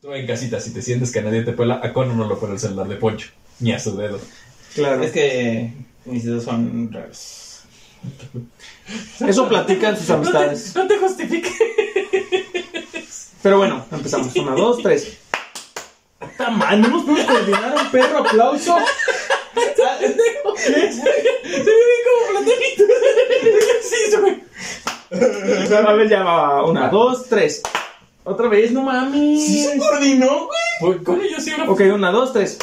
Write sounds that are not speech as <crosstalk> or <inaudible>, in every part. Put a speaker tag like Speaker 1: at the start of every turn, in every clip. Speaker 1: Tú en casita, si te sientes que nadie te pela, a Cono no lo pela el celular de Poncho, ni a su dedo.
Speaker 2: Claro.
Speaker 3: Es que mis dedos son raros.
Speaker 2: Eso platican sus amistades.
Speaker 3: No te justifiques.
Speaker 2: Pero bueno, empezamos. Una, dos, tres. ¡Puta madre! No nos podemos coordinar un perro aplauso.
Speaker 3: <laughs> Se ve bien como platanito. <laughs> Sí, se ve.
Speaker 2: A ver, ya va. Una, dos, tres. Otra vez, no mami.
Speaker 3: coordinó, güey.
Speaker 1: Pues, Cono,
Speaker 3: Coño, yo sí ahora.
Speaker 2: Ok, una, dos, tres.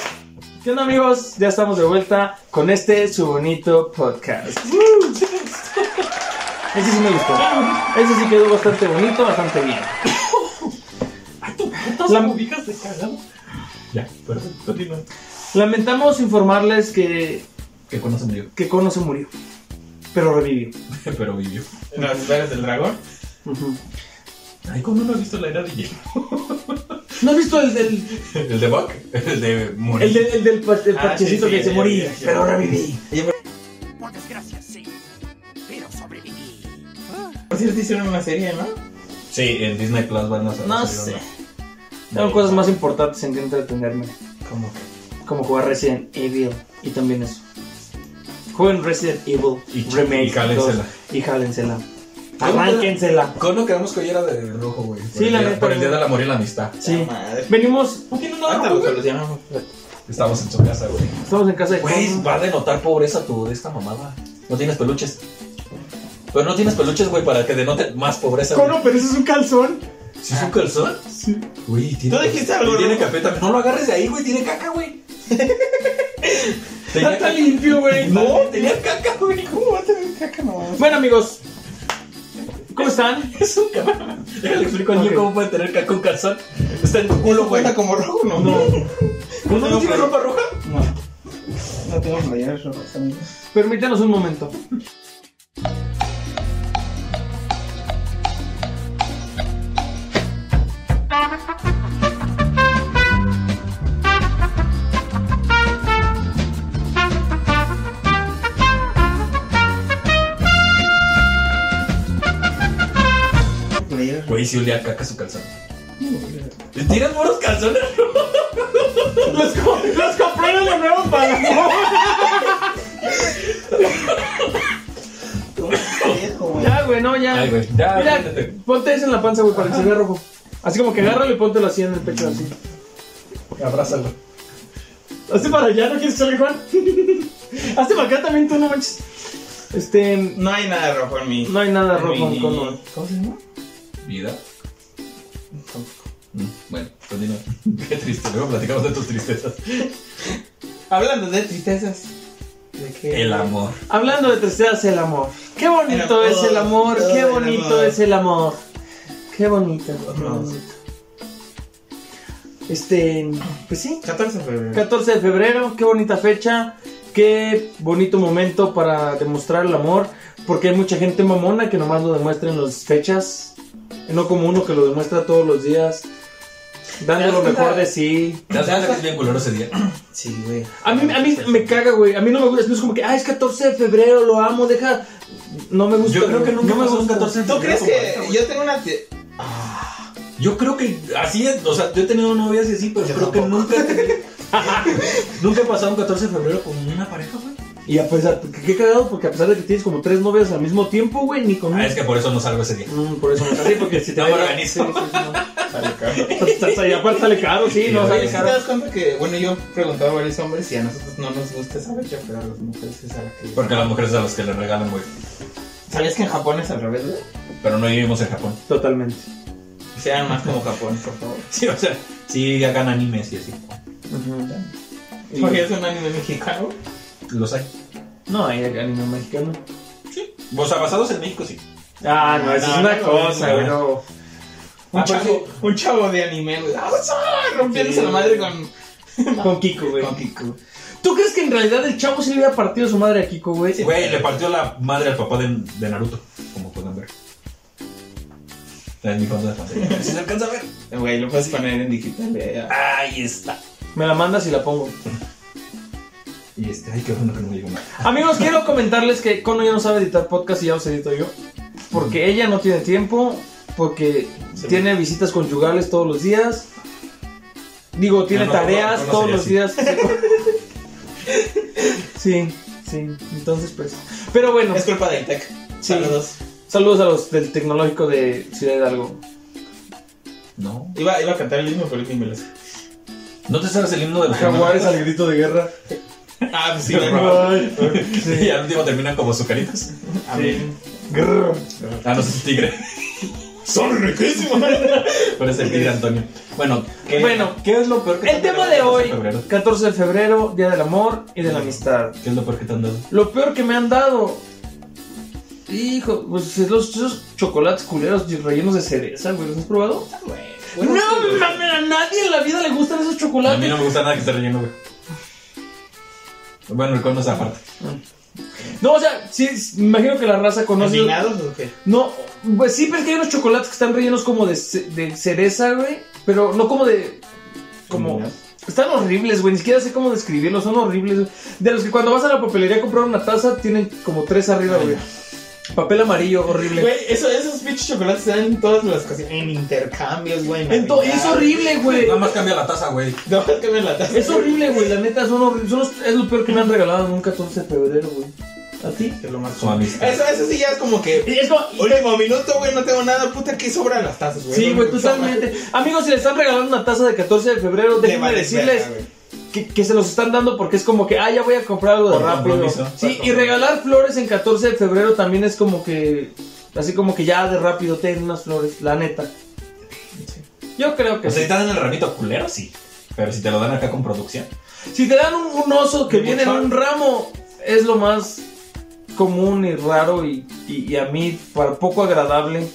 Speaker 2: ¿Qué onda, amigos? Ya estamos de vuelta con este su bonito podcast. Ese sí me gustó.
Speaker 3: Ah,
Speaker 2: Ese sí quedó bastante bonito, bastante bien.
Speaker 3: Ay, tu puta
Speaker 2: La-
Speaker 3: la ubicas de cagado.
Speaker 1: Ya, perfecto.
Speaker 3: Continúa.
Speaker 2: Lamentamos informarles que,
Speaker 1: Que Cono se murió, <laughs>
Speaker 2: que Kono se murió, pero revivió.
Speaker 1: pero vivió.
Speaker 3: ¿En las esferas del dragón?
Speaker 2: Ujú.
Speaker 1: Ay, Cono no ha visto la era de hielo.
Speaker 2: ¿No has visto el del,
Speaker 1: El de Buck, <laughs> el de morir.
Speaker 2: el del, el del pa- el
Speaker 3: Ah,
Speaker 2: parchecito
Speaker 3: sí, sí,
Speaker 2: que se
Speaker 3: ya,
Speaker 2: moría,
Speaker 3: ya, ya.
Speaker 2: pero reviví?
Speaker 4: Por desgracia, sí. Pero sobreviví.
Speaker 3: Por cierto, hicieron una serie, ¿no?
Speaker 1: Sí, en Disney Plus van a salir
Speaker 2: No
Speaker 1: una-
Speaker 2: sé. Tengo cosas más importantes en que entretenerme,
Speaker 3: ¿Cómo que?
Speaker 2: como jugar Resident Evil y también eso. Jueguen Resident Evil
Speaker 1: Y-
Speaker 2: Remake
Speaker 1: y jálensela.
Speaker 2: 2, y jálensela. Arránquensela.
Speaker 1: Cono quedamos que hoy era de rojo, güey. Por
Speaker 2: Sí,
Speaker 1: el
Speaker 2: la
Speaker 1: día-
Speaker 2: neta,
Speaker 1: Por el
Speaker 2: güey.
Speaker 1: día del amor y la amistad.
Speaker 2: Sí.
Speaker 3: La madre.
Speaker 2: Venimos,
Speaker 3: ¿Por qué no
Speaker 1: Ahorita
Speaker 3: nada?
Speaker 1: lo
Speaker 3: Lo solucionamos.
Speaker 1: Estamos en su casa, güey.
Speaker 2: estamos en casa de
Speaker 1: Güey,
Speaker 2: Kono.
Speaker 1: va a denotar pobreza tu de esta mamada. No tienes peluches. Pero no tienes peluches, güey, para que denote más pobreza. güey.
Speaker 2: Kono, pero eso es un calzón.
Speaker 1: ¿Sí es un calzón?
Speaker 2: Sí.
Speaker 1: Güey, tiene.
Speaker 3: Tú dijiste algo,
Speaker 1: Tiene
Speaker 3: ¿no?
Speaker 1: café también. No lo agarres de ahí, güey, tiene caca, güey.
Speaker 3: Está tan limpio, güey.
Speaker 1: No, tenía caca, güey.
Speaker 3: ¿Cómo va a tener caca, no?
Speaker 2: Bueno, amigos, ¿cómo están?
Speaker 1: Es un cabrón. Déjale explico al
Speaker 2: Ok.
Speaker 1: niño cómo puede tener caca un calzón. Está en tu culo,
Speaker 3: ¿Culo
Speaker 1: güey.
Speaker 3: cuenta como rojo, no?
Speaker 2: No.
Speaker 1: ¿Cómo no
Speaker 3: No,
Speaker 1: tiene
Speaker 3: güey.
Speaker 1: ropa roja?
Speaker 3: No. No tengo playeras rojas, amigos.
Speaker 2: Permítanos un momento.
Speaker 3: Playeras
Speaker 1: Güey, sí olía a caca su calzón. ¿Le tiras buenos calzones? <laughs>
Speaker 2: Los, co- los compraron de nuevo para.
Speaker 3: rojas. Viejo,
Speaker 2: <laughs>
Speaker 3: güey.
Speaker 2: Ya, güey, no, ya.
Speaker 1: Ay, güey, ya,
Speaker 2: Mira,
Speaker 1: véndete.
Speaker 2: ponte eso en la panza, güey, para que se vea rojo. Así como que agárralo y póntelo así en el pecho, así.
Speaker 1: Abrázalo.
Speaker 2: Hazte para allá, ¿no quieres salir, Juan? <laughs> Hazte para acá también, tú no manches. Este.
Speaker 3: No hay nada rojo en mí.
Speaker 2: No hay nada rojo en
Speaker 3: Mi-
Speaker 2: Kono.
Speaker 3: ¿Cómo se llama?
Speaker 1: Vida. Mm, Bueno, continúa. <laughs> Qué triste, luego platicamos de tus tristezas.
Speaker 3: Hablando de tristezas. ¿De qué?
Speaker 1: El amor.
Speaker 2: Hablando de tristezas, el amor. Qué bonito
Speaker 3: El
Speaker 2: es el amor,
Speaker 3: amor,
Speaker 2: qué
Speaker 3: el
Speaker 2: bonito
Speaker 3: amor.
Speaker 2: es el amor. Qué bonito. qué
Speaker 3: Amor.
Speaker 2: bonito. Este. Pues sí.
Speaker 3: 14 de febrero.
Speaker 2: 14 de febrero, qué bonita fecha, qué bonito momento para demostrar el amor, porque hay mucha gente mamona que nomás lo demuestra en las fechas, y no como uno que lo demuestra todos los días, dando
Speaker 3: ¿Te
Speaker 2: lo
Speaker 3: das cuenta?
Speaker 2: mejor de sí.
Speaker 1: ¿Te das cuenta que es bien culero ese día?
Speaker 3: Sí, güey.
Speaker 2: A mí, a mí me caga, güey, a mí no me gusta, no es como que, ah, es 14 de febrero, lo amo, deja, no me gusta.
Speaker 1: Yo creo que nunca
Speaker 2: no me
Speaker 1: pasó un
Speaker 2: gusta.
Speaker 1: 14 de
Speaker 3: ¿Tú crees
Speaker 1: febrero,
Speaker 3: que
Speaker 1: güey.
Speaker 3: yo tengo una... te-
Speaker 1: Yo creo que así es, o sea, yo he tenido novias y así, pero
Speaker 3: Yo
Speaker 1: creo que
Speaker 3: tampoco.
Speaker 1: nunca he tenido- Nunca he pasado un 14 de febrero con una pareja, güey.
Speaker 2: Y a pesar, qué qué cagado, porque a pesar de que tienes como tres novias al mismo tiempo, güey, ni con...
Speaker 1: Ah, es que por eso no salgo ese día.
Speaker 2: Mm, por eso me así, porque si
Speaker 1: <laughs>
Speaker 2: te
Speaker 1: No
Speaker 2: va
Speaker 1: me
Speaker 2: a-
Speaker 1: organizo.
Speaker 2: Sí, sí, sí, no. Estás ahí, aparte pues, sale caro, sí, no
Speaker 1: Sí,
Speaker 2: sale
Speaker 3: Oye, ¿sí te
Speaker 2: caro.
Speaker 3: das cuenta que, bueno, yo he preguntado a varios hombres si a nosotros no nos gusta esa fecha, pero a las mujeres es a la que...
Speaker 1: Porque las mujeres a las que le regalan, güey.
Speaker 3: ¿Sabías que en Japón es al revés, güey?
Speaker 1: Pero no vivimos en Japón. <laughs>
Speaker 2: Totalmente.
Speaker 3: Sean más como Japón, por favor.
Speaker 1: Sí, o sea, sí hagan animes y así.
Speaker 2: Y-
Speaker 3: Porque es un anime mexicano.
Speaker 1: Los hay.
Speaker 2: No, hay anime mexicano.
Speaker 1: O sea, basados en México, sí.
Speaker 2: Ah, no, eso
Speaker 3: No,
Speaker 2: es una
Speaker 3: no,
Speaker 2: cosa,
Speaker 1: no.
Speaker 2: güey. no.
Speaker 3: Un,
Speaker 1: Ah, pero
Speaker 3: chavo, un chavo de anime, güey. ¡Ah, ah, Rompiéndose
Speaker 2: Sí.
Speaker 3: la madre con,
Speaker 2: Con Kiko, güey.
Speaker 3: con Kiku.
Speaker 2: ¿Tú crees que en realidad el chavo sí le había partido su madre a Kiko, güey?
Speaker 1: Güey, le partió la madre al papá de, de Naruto, como pueden ver. En mi fondo de pantalla. <laughs> Si se alcanza a ver.
Speaker 3: Güey, lo puedes poner en digital, güey. ya.
Speaker 1: Ahí está.
Speaker 2: Me la mandas y la pongo.
Speaker 1: Y este, ay, qué bueno que no me llegó nada.
Speaker 2: Amigos, quiero comentarles que Cono ya no sabe editar podcast y ya los edito yo. Porque ella no tiene tiempo, porque
Speaker 3: Sí.
Speaker 2: tiene visitas conyugales todos los días. Digo, tiene
Speaker 3: no, no,
Speaker 2: tareas
Speaker 3: no, no
Speaker 2: todos los
Speaker 3: sería
Speaker 2: días. sí, sí. Entonces, pues. Pero bueno,
Speaker 3: Es culpa de Intec.
Speaker 2: Sí.
Speaker 3: Saludos.
Speaker 2: saludos a los del tecnológico de Ciudad Hidalgo.
Speaker 1: No.
Speaker 3: Iba, iba a cantar el mismo, pero ni me lo sé.
Speaker 1: ¿No te sabes el himno de los
Speaker 2: Jaguares al grito de guerra.
Speaker 3: Ah, <laughs> pues sí, la nueva.
Speaker 2: Ay,
Speaker 1: <laughs> Y
Speaker 2: sí.
Speaker 1: al último terminan como sucaritas.
Speaker 3: Ah,
Speaker 2: Sí. Grrr.
Speaker 1: Ah, no, ese es <laughs> tigre.
Speaker 3: Son
Speaker 1: <laughs>
Speaker 3: riquísimos.
Speaker 1: Pero es el tigre Antonio. Bueno, ¿qué,
Speaker 2: Bueno,
Speaker 1: ¿qué es lo peor que te
Speaker 2: El
Speaker 1: han
Speaker 2: tema
Speaker 1: regalado
Speaker 2: de
Speaker 1: en
Speaker 2: hoy,
Speaker 1: febrero?
Speaker 2: 14 de febrero, Día del Amor y
Speaker 3: Mm.
Speaker 2: de la Amistad.
Speaker 1: ¿Qué es lo peor que te han dado?
Speaker 2: Lo peor que me han dado. Hijo, pues es los, esos chocolates culeros rellenos de cereza, güey. ¿Los has probado? no, mames, a nadie en la vida le gustan esos
Speaker 1: A
Speaker 2: chocolates.
Speaker 1: mí no me gusta nada que esté relleno, güey. Bueno, el cono es aparte.
Speaker 2: No, o sea, sí, es- me imagino que la raza conoce.
Speaker 3: ¿Combinados o qué?
Speaker 2: No, pues sí, pero es que hay unos chocolates que están rellenos como de, ce- de cereza, güey. Pero no como de. Como.
Speaker 3: Combinados.
Speaker 2: Están horribles, güey. Ni siquiera sé cómo describirlos. Son horribles. güey. De los que cuando vas a la papelería a comprar una taza, tienen como tres arriba, güey. Papel amarillo, horrible.
Speaker 3: Güey, eso, esos pinches chocolates se dan en todas las cosas. En intercambios, güey. en
Speaker 2: En to- es
Speaker 3: Navidad.
Speaker 2: horrible, güey.
Speaker 1: Nada más cambia la taza, güey.
Speaker 3: No, es que me la taza.
Speaker 2: Es horrible, güey. La neta, son horribles. Son los- es lo peor que me han regalado en un 14 de febrero, güey. ¿A ti?
Speaker 3: Es lo más
Speaker 1: Su amistad.
Speaker 3: Eso, eso sí ya es como que.
Speaker 2: Es como-
Speaker 3: Último minuto, güey, no tengo nada, puta, que sobran las tazas, güey.
Speaker 2: Sí,
Speaker 3: No
Speaker 2: güey,
Speaker 3: me gusta,
Speaker 2: totalmente. Amigos, si le están regalando una taza de 14 de febrero,
Speaker 3: Te
Speaker 2: déjenme
Speaker 3: vales verga,
Speaker 2: decirles
Speaker 3: güey.
Speaker 2: que, que se los están dando porque es como que, ah, ya voy a comprar algo de
Speaker 1: Por
Speaker 2: rápido.
Speaker 1: compromiso.
Speaker 2: Sí, y regalar flores en 14 de febrero también es como que, así como que ya de rápido ten unas flores, la neta. Yo creo que
Speaker 1: Pues si
Speaker 2: sí.
Speaker 1: te dan el ramito culero, sí. Pero si te lo dan acá con producción.
Speaker 2: Si te dan un, un oso que
Speaker 3: Un
Speaker 2: viene en
Speaker 3: buchón.
Speaker 2: un ramo, es lo más común y raro y, y- y a mí para poco agradable.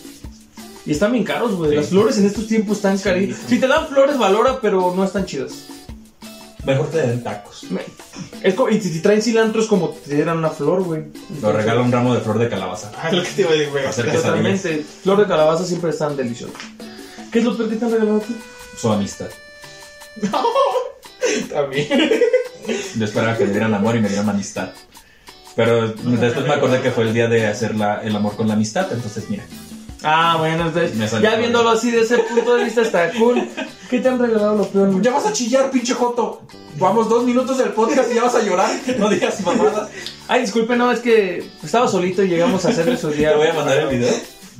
Speaker 2: Y están bien caros, güey.
Speaker 1: Sí.
Speaker 2: Las flores en estos tiempos están carísimas. Si te dan flores, valora, pero no están chidas.
Speaker 1: Mejor te den tacos.
Speaker 2: Me- Es co- y si traen cilantro es como te dieran una flor, güey.
Speaker 1: Lo regala un ramo de flor de calabaza.
Speaker 3: Ah, lo que te iba a decir, güey.
Speaker 1: Hacer que sabe.
Speaker 2: Totalmente. Flor de calabaza siempre están deliciosas. ¿Qué es lo peor que te han regalado a ti?
Speaker 1: Su amistad.
Speaker 3: También.
Speaker 1: Yo esperaba que me dieran amor y me dieran amistad. Pero después me acordé que fue el día de hacer la- el amor con la amistad. Entonces, mira.
Speaker 2: Ah, bueno, entonces,
Speaker 1: Me salió
Speaker 2: ya viéndolo así de ese punto de vista está cool. ¿Qué te han regalado lo peor?
Speaker 1: Ya vas a chillar, pinche Joto. Vamos dos minutos del podcast y ya vas a llorar. <laughs> No digas mamadas.
Speaker 2: Ay, disculpe, no, es que estaba solito y llegamos a hacerle su día.
Speaker 1: <laughs> Te voy a mandar el video.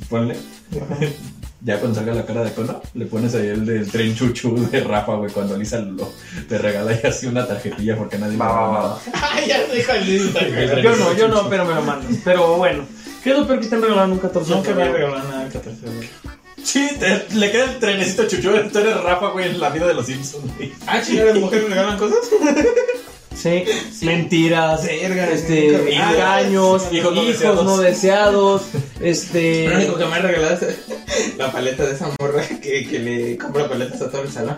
Speaker 1: Ponle. <laughs> Ya cuando salga la cara de cono, le pones ahí el del tren chuchu de Rafa, güey. Cuando Lisa lo, te regala y así una tarjetilla porque nadie
Speaker 2: Va,
Speaker 1: le
Speaker 2: va,
Speaker 1: da
Speaker 2: va.
Speaker 1: nada.
Speaker 3: <laughs> Ay, ya deja <laughs> el listo, güey.
Speaker 2: Yo no, yo no, pero me lo mandan. Pero bueno, ¿qué es lo peor que te han regalado en un 14 de
Speaker 3: Nunca me
Speaker 2: febrero?
Speaker 3: han regalado nada el 14 de febrero.
Speaker 1: Sí, te- le queda el trenecito chuchu. Tú eres Rafa, güey, en la vida de los Simpsons, güey.
Speaker 3: Ah, chingadas, ¿las mujeres regalan cosas?
Speaker 2: Sí, mentiras,
Speaker 3: Verga,
Speaker 2: este,
Speaker 3: nunca- Ah,
Speaker 2: engaños,
Speaker 3: sí,
Speaker 2: hijos,
Speaker 1: hijos no
Speaker 2: no deseados, este...
Speaker 3: Lo único que me han regalado es <laughs> la paleta de esa morra que, que le compra paletas a todo el salón.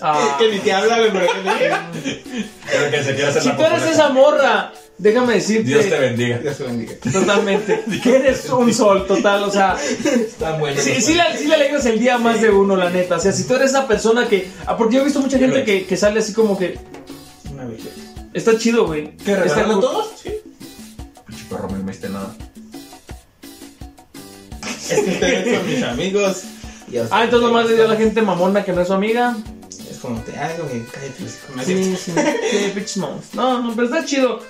Speaker 2: ah.
Speaker 3: Que ni te habla, güey, pero que
Speaker 2: <laughs>
Speaker 3: le
Speaker 1: Creo que se quiere hacer
Speaker 2: Si
Speaker 1: la
Speaker 2: tú eres
Speaker 1: popular.
Speaker 2: esa morra, déjame decirte...
Speaker 1: Dios te bendiga.
Speaker 3: Dios te bendiga.
Speaker 1: <laughs>
Speaker 2: Totalmente, que eres un sol total, o sea,
Speaker 1: Está bueno.
Speaker 2: sí, sí le, sí le alegras el día a más de uno, la neta. O sea, si tú eres esa persona que. ah, Porque yo he visto mucha gente que, que sale así como que.
Speaker 3: Una belleza.
Speaker 2: Está chido, güey.
Speaker 1: ¿Qué,
Speaker 2: Está
Speaker 1: regalarlo
Speaker 2: cool.
Speaker 1: todos? Sí. Pinche perro, no me diste nada.
Speaker 3: Es que ustedes son
Speaker 2: <laughs>
Speaker 3: mis amigos. y a ustedes
Speaker 2: Ah, entonces nomás
Speaker 3: les
Speaker 2: le dio a la
Speaker 3: gusta.
Speaker 2: gente mamona que no es su amiga.
Speaker 3: Es como te hago, güey, cállate. los hijos, no es
Speaker 2: Sí,
Speaker 3: cierto.
Speaker 2: sí, sí, pinches mamos. No, no, pero está chido.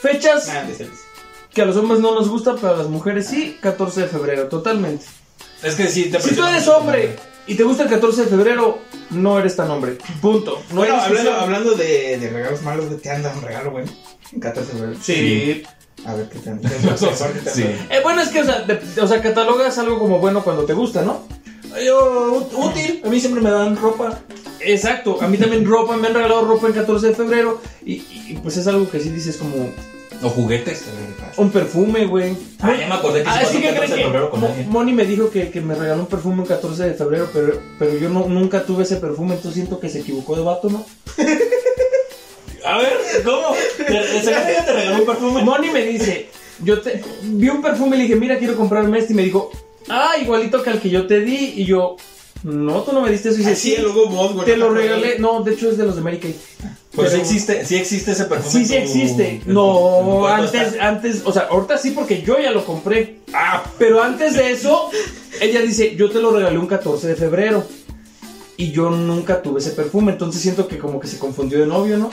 Speaker 2: Fechas
Speaker 3: Nada, de cierto.
Speaker 2: que a los hombres no nos gusta, pero a las mujeres sí, 14 de febrero, totalmente.
Speaker 1: Es que sí, te
Speaker 2: Si tú
Speaker 1: presionan
Speaker 2: eres
Speaker 1: mucho,
Speaker 2: hombre y te gusta el 14 de febrero, no eres tan hombre. Punto. No
Speaker 3: Bueno,
Speaker 2: hay
Speaker 3: hablando,
Speaker 2: discusión.
Speaker 3: hablando de, de regalos malos, güey, te han dado un regalo, güey. 14 de febrero.
Speaker 2: Sí.
Speaker 3: A ver qué te han
Speaker 2: <laughs>
Speaker 3: dado.
Speaker 1: Sí.
Speaker 2: Eh, bueno, es que, o sea, de- o sea, catalogas algo como bueno cuando te gusta, ¿no?
Speaker 1: Yo, útil. A mí siempre me dan ropa.
Speaker 2: Exacto, a mí también ropa, me han regalado ropa el 14 de febrero y, y, pues es algo que sí dices como
Speaker 1: O juguetes.
Speaker 2: un perfume, güey.
Speaker 1: Ah, ya me acordé que
Speaker 2: Así
Speaker 1: sí
Speaker 2: que
Speaker 1: pasó
Speaker 2: creen
Speaker 1: 14 de
Speaker 2: que
Speaker 1: febrero con
Speaker 2: Mo-
Speaker 1: alguien.
Speaker 2: Moni me dijo que, que me regaló un perfume el 14 de febrero, pero, pero yo no, nunca tuve ese perfume, entonces siento que se equivocó de vato, ¿no?
Speaker 1: A ver,
Speaker 2: <laughs>
Speaker 1: ¿cómo? ¿Te, ese día te regaló un perfume?
Speaker 2: Moni me dice, yo te vi un perfume y le dije, mira, quiero comprarme este, y me dijo, ah, igualito que al que yo te di, y yo, no, tú no me diste eso, y dice,
Speaker 3: Así
Speaker 2: sí,
Speaker 3: el logo vos, güey.
Speaker 2: te lo regalé, no, de hecho es de los de Mary Kay.
Speaker 1: Pues sí
Speaker 2: Pero-
Speaker 1: existe, sí existe ese perfume.
Speaker 2: Sí,
Speaker 1: en
Speaker 2: sí
Speaker 1: tu-
Speaker 2: existe.
Speaker 1: en tu- en tu
Speaker 2: No,
Speaker 1: cuarto
Speaker 2: antes,
Speaker 1: está.
Speaker 2: antes, o sea, ahorita sí porque yo ya lo compré.
Speaker 1: Ah,
Speaker 2: Pero antes de eso, ella dice, yo te lo regalé un 14 de febrero. Y yo nunca tuve ese perfume, entonces siento que como que se confundió de novio, ¿no?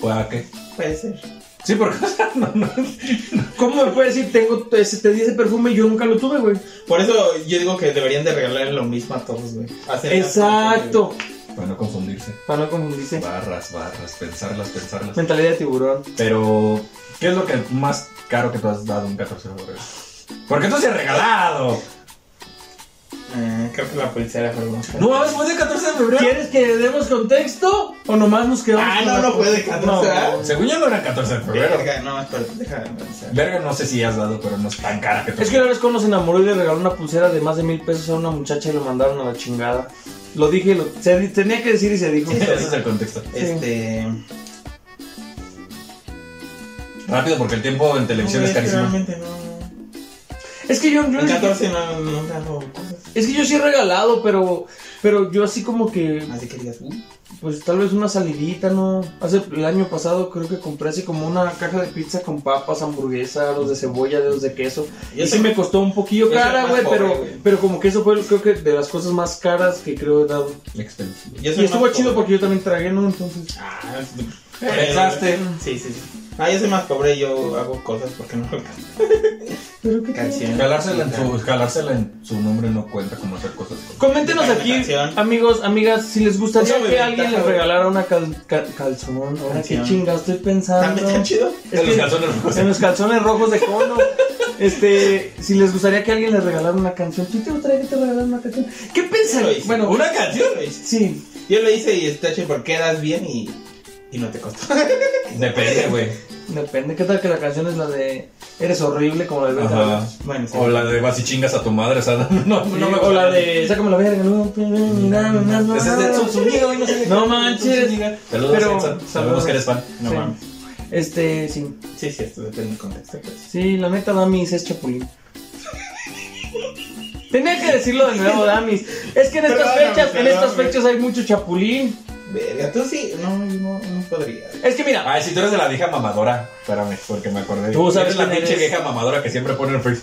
Speaker 1: Pues, ¿a qué?
Speaker 3: Puede ser.
Speaker 1: Sí, porque o sea, no, no.
Speaker 2: ¿Cómo me puede decir, tengo ese, te di ese perfume y yo nunca lo tuve, güey?
Speaker 3: Por eso yo digo que deberían de regalar lo mismo a todos, güey. Hacer las
Speaker 2: Exacto.
Speaker 1: Para no confundirse.
Speaker 2: Para no confundirse.
Speaker 1: Barras, barras, pensarlas, pensarlas.
Speaker 2: Mentalidad de tiburón.
Speaker 1: Pero, ¿qué es lo que más caro que tú has dado un 14 de febrero? Porque tú se has regalado.
Speaker 3: cosas, güey. Eh, creo que la policía fue más cara.
Speaker 1: No mames, fue de 14 de febrero.
Speaker 2: ¿Quieres que le demos contexto o nomás nos quedamos
Speaker 3: Ah,
Speaker 2: con
Speaker 3: no,
Speaker 2: la-
Speaker 3: no puede, ¿eh? catorce, ¿verdad?
Speaker 1: Según yo no era 14 de febrero.
Speaker 3: Verga, no, espera, déjame pensar.
Speaker 1: Verga, no sé si has dado, pero no es tan cara que tú.
Speaker 2: Es que una vez Cono se enamoró y le regaló una pulsera de más de mil pesos a una muchacha y lo mandaron a la chingada. Lo dije, y lo, se di- tenía que decir y se dijo.
Speaker 1: Ese es el contexto.
Speaker 3: Este.
Speaker 1: Rápido, porque el tiempo en televisión es carísimo.
Speaker 3: Realmente no.
Speaker 2: Es que yo, yo-
Speaker 3: En 14 no, no hago cosas.
Speaker 2: es que yo sí he regalado, pero pero yo así como que
Speaker 3: Así que digas, "Mm". uy.
Speaker 2: pues tal vez una salidita, no. Hace el año pasado creo que compré así como una caja de pizza con papas, hamburguesa, los de cebolla, dedos de queso. Y sí me costó un poquillo
Speaker 3: Yo soy
Speaker 2: cara,
Speaker 3: más
Speaker 2: güey,
Speaker 3: pobre,
Speaker 2: pero
Speaker 3: güey.
Speaker 2: pero como que eso fue creo que de las cosas más caras que creo he dado.
Speaker 1: Expensivo.
Speaker 3: Yo soy
Speaker 2: Y estuvo
Speaker 3: más
Speaker 2: chido
Speaker 3: pobre.
Speaker 2: porque yo también tragué, ¿no? Entonces.
Speaker 3: Ah,
Speaker 1: Pensaste.
Speaker 3: Sí, sí, sí. Ah, yo soy más pobre, yo hago cosas porque no lo canto.
Speaker 2: Pero qué
Speaker 3: Canciones.
Speaker 1: Jalársela en, su, jalársela en su nombre no cuenta como hacer cosas. con-
Speaker 2: Coméntenos
Speaker 3: Depende
Speaker 2: aquí,
Speaker 3: de la canción.
Speaker 2: amigos, amigas, si les gustaría
Speaker 3: Eso me
Speaker 2: que alguien
Speaker 3: ventaja,
Speaker 2: les
Speaker 3: güey.
Speaker 2: regalara una cal- cal- calzón. Ahora qué
Speaker 3: Canción.
Speaker 2: chinga estoy pensando.
Speaker 3: ¿También está chido?
Speaker 2: Es
Speaker 1: En los
Speaker 2: que-
Speaker 1: calzones rojos.
Speaker 2: Pues en los calzones rojos de cono. Este, si les gustaría que alguien les regalara una canción, ¿tú te gustaría que te regalaran una canción? ¿Qué
Speaker 3: Yo lo
Speaker 2: pensarías?
Speaker 3: hice.
Speaker 2: Bueno,
Speaker 1: <laughs> ¿Una canción?
Speaker 3: Yo lo hice.
Speaker 2: sí,
Speaker 3: Yo lo hice y está chido porque quedas bien y, y no te costó.
Speaker 1: Depende, güey.
Speaker 2: depende. ¿Qué tal que la canción es la de Eres horrible como la de Beto?
Speaker 1: Ajá.
Speaker 3: Bueno, sí.
Speaker 1: O la de vas y chingas a tu madre, o sea, no, no,
Speaker 2: Sí,
Speaker 1: no me
Speaker 2: o la de Sácame la verga, no, no,
Speaker 1: Ese es de Tsutsumiga, güey, no sé.
Speaker 2: No manches.
Speaker 1: Saludos,
Speaker 2: Pero-
Speaker 1: Edson.
Speaker 2: saludos.
Speaker 1: Sabemos que eres fan.
Speaker 3: No
Speaker 2: Sí.
Speaker 3: mames.
Speaker 2: Este, sí.
Speaker 3: Sí, sí, esto depende del contexto. Pues.
Speaker 2: Sí, la neta Damis es Chapulín. Tenía que decirlo de nuevo, Damis. Es que en estas
Speaker 3: Perdóname,
Speaker 2: fechas, en estas
Speaker 3: perdóname.
Speaker 2: fechas hay mucho Chapulín.
Speaker 3: Verga, tú sí. No, no, no podría.
Speaker 2: Es que mira,
Speaker 1: Ay, si tú eres de la vieja mamadora, espérame, porque me acordé.
Speaker 2: Tú sabes
Speaker 1: Eres la
Speaker 2: quién
Speaker 1: pinche
Speaker 2: eres.
Speaker 1: vieja mamadora que siempre pone el face.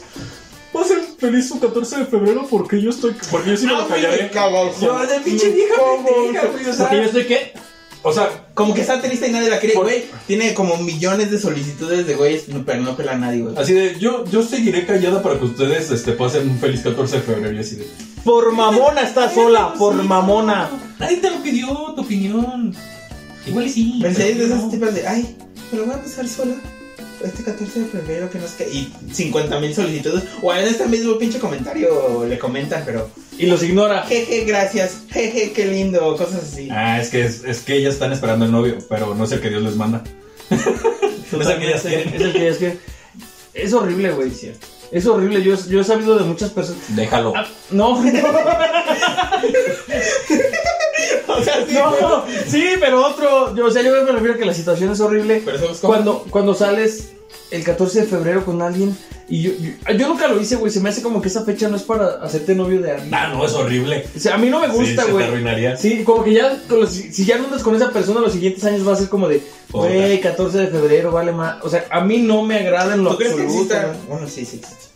Speaker 1: Va a ser feliz su 14 de febrero porque yo estoy. Porque yo sí Ah, me
Speaker 3: Ah,
Speaker 1: lo callaré.
Speaker 2: pues,
Speaker 1: Yo, de pinche vieja pendeja, güey, o sea.
Speaker 2: porque yo estoy qué?
Speaker 1: O sea,
Speaker 3: Como que está triste y nadie la cree,
Speaker 1: Por-
Speaker 3: güey. Tiene como millones de solicitudes de güeyes, no, pero no pela a nadie, güey.
Speaker 1: así de, yo, yo seguiré callada para que ustedes este, pasen un feliz 14 de febrero. Y así de,
Speaker 2: Por mamona está sola, por mamona.
Speaker 1: nadie te lo pidió tu opinión. Igual y sí.
Speaker 3: Pero si hay de
Speaker 1: pero
Speaker 3: esas
Speaker 1: no.
Speaker 3: tipas de, ay, me lo voy a pasar sola. Este 14 de febrero que nos cae. Y 50 mil solicitudes. O en este mismo pinche comentario le comentan, pero.
Speaker 2: Y los ignora.
Speaker 3: Jeje, gracias. Jeje, qué lindo. Cosas así.
Speaker 1: Ah, es que, es, es que ellas están esperando el novio, pero no es el que Dios les manda. <laughs> No es el que ellas quieren.
Speaker 2: Es el que es que. Es horrible, güey. Es horrible. Yo, yo he sabido de muchas personas.
Speaker 1: Déjalo.
Speaker 2: Ah, No, <laughs> no,
Speaker 3: <laughs> O sea, sí. güey.
Speaker 2: no. Sí, pero otro. Yo, o sea, yo me refiero a que la situación es horrible.
Speaker 3: Pero somos como.
Speaker 2: Cuando, cuando sales el 14 de febrero con alguien y yo, yo, yo nunca lo hice, güey. Se me hace como que esa fecha no es para hacerte novio de alguien.
Speaker 1: Ah, no, es horrible.
Speaker 2: O sea, a mí no me gusta,
Speaker 1: sí, se te
Speaker 2: güey.
Speaker 1: arruinaría.
Speaker 2: Sí, como que ya, con los- si ya no andas con esa persona, los siguientes años va a ser como de,
Speaker 1: Puta.
Speaker 2: güey, 14 de febrero, vale más. O sea, a mí no me agrada en lo
Speaker 3: ¿Tú crees que
Speaker 2: absoluto.
Speaker 3: exista?
Speaker 2: güey.
Speaker 3: Bueno, sí, sí existe.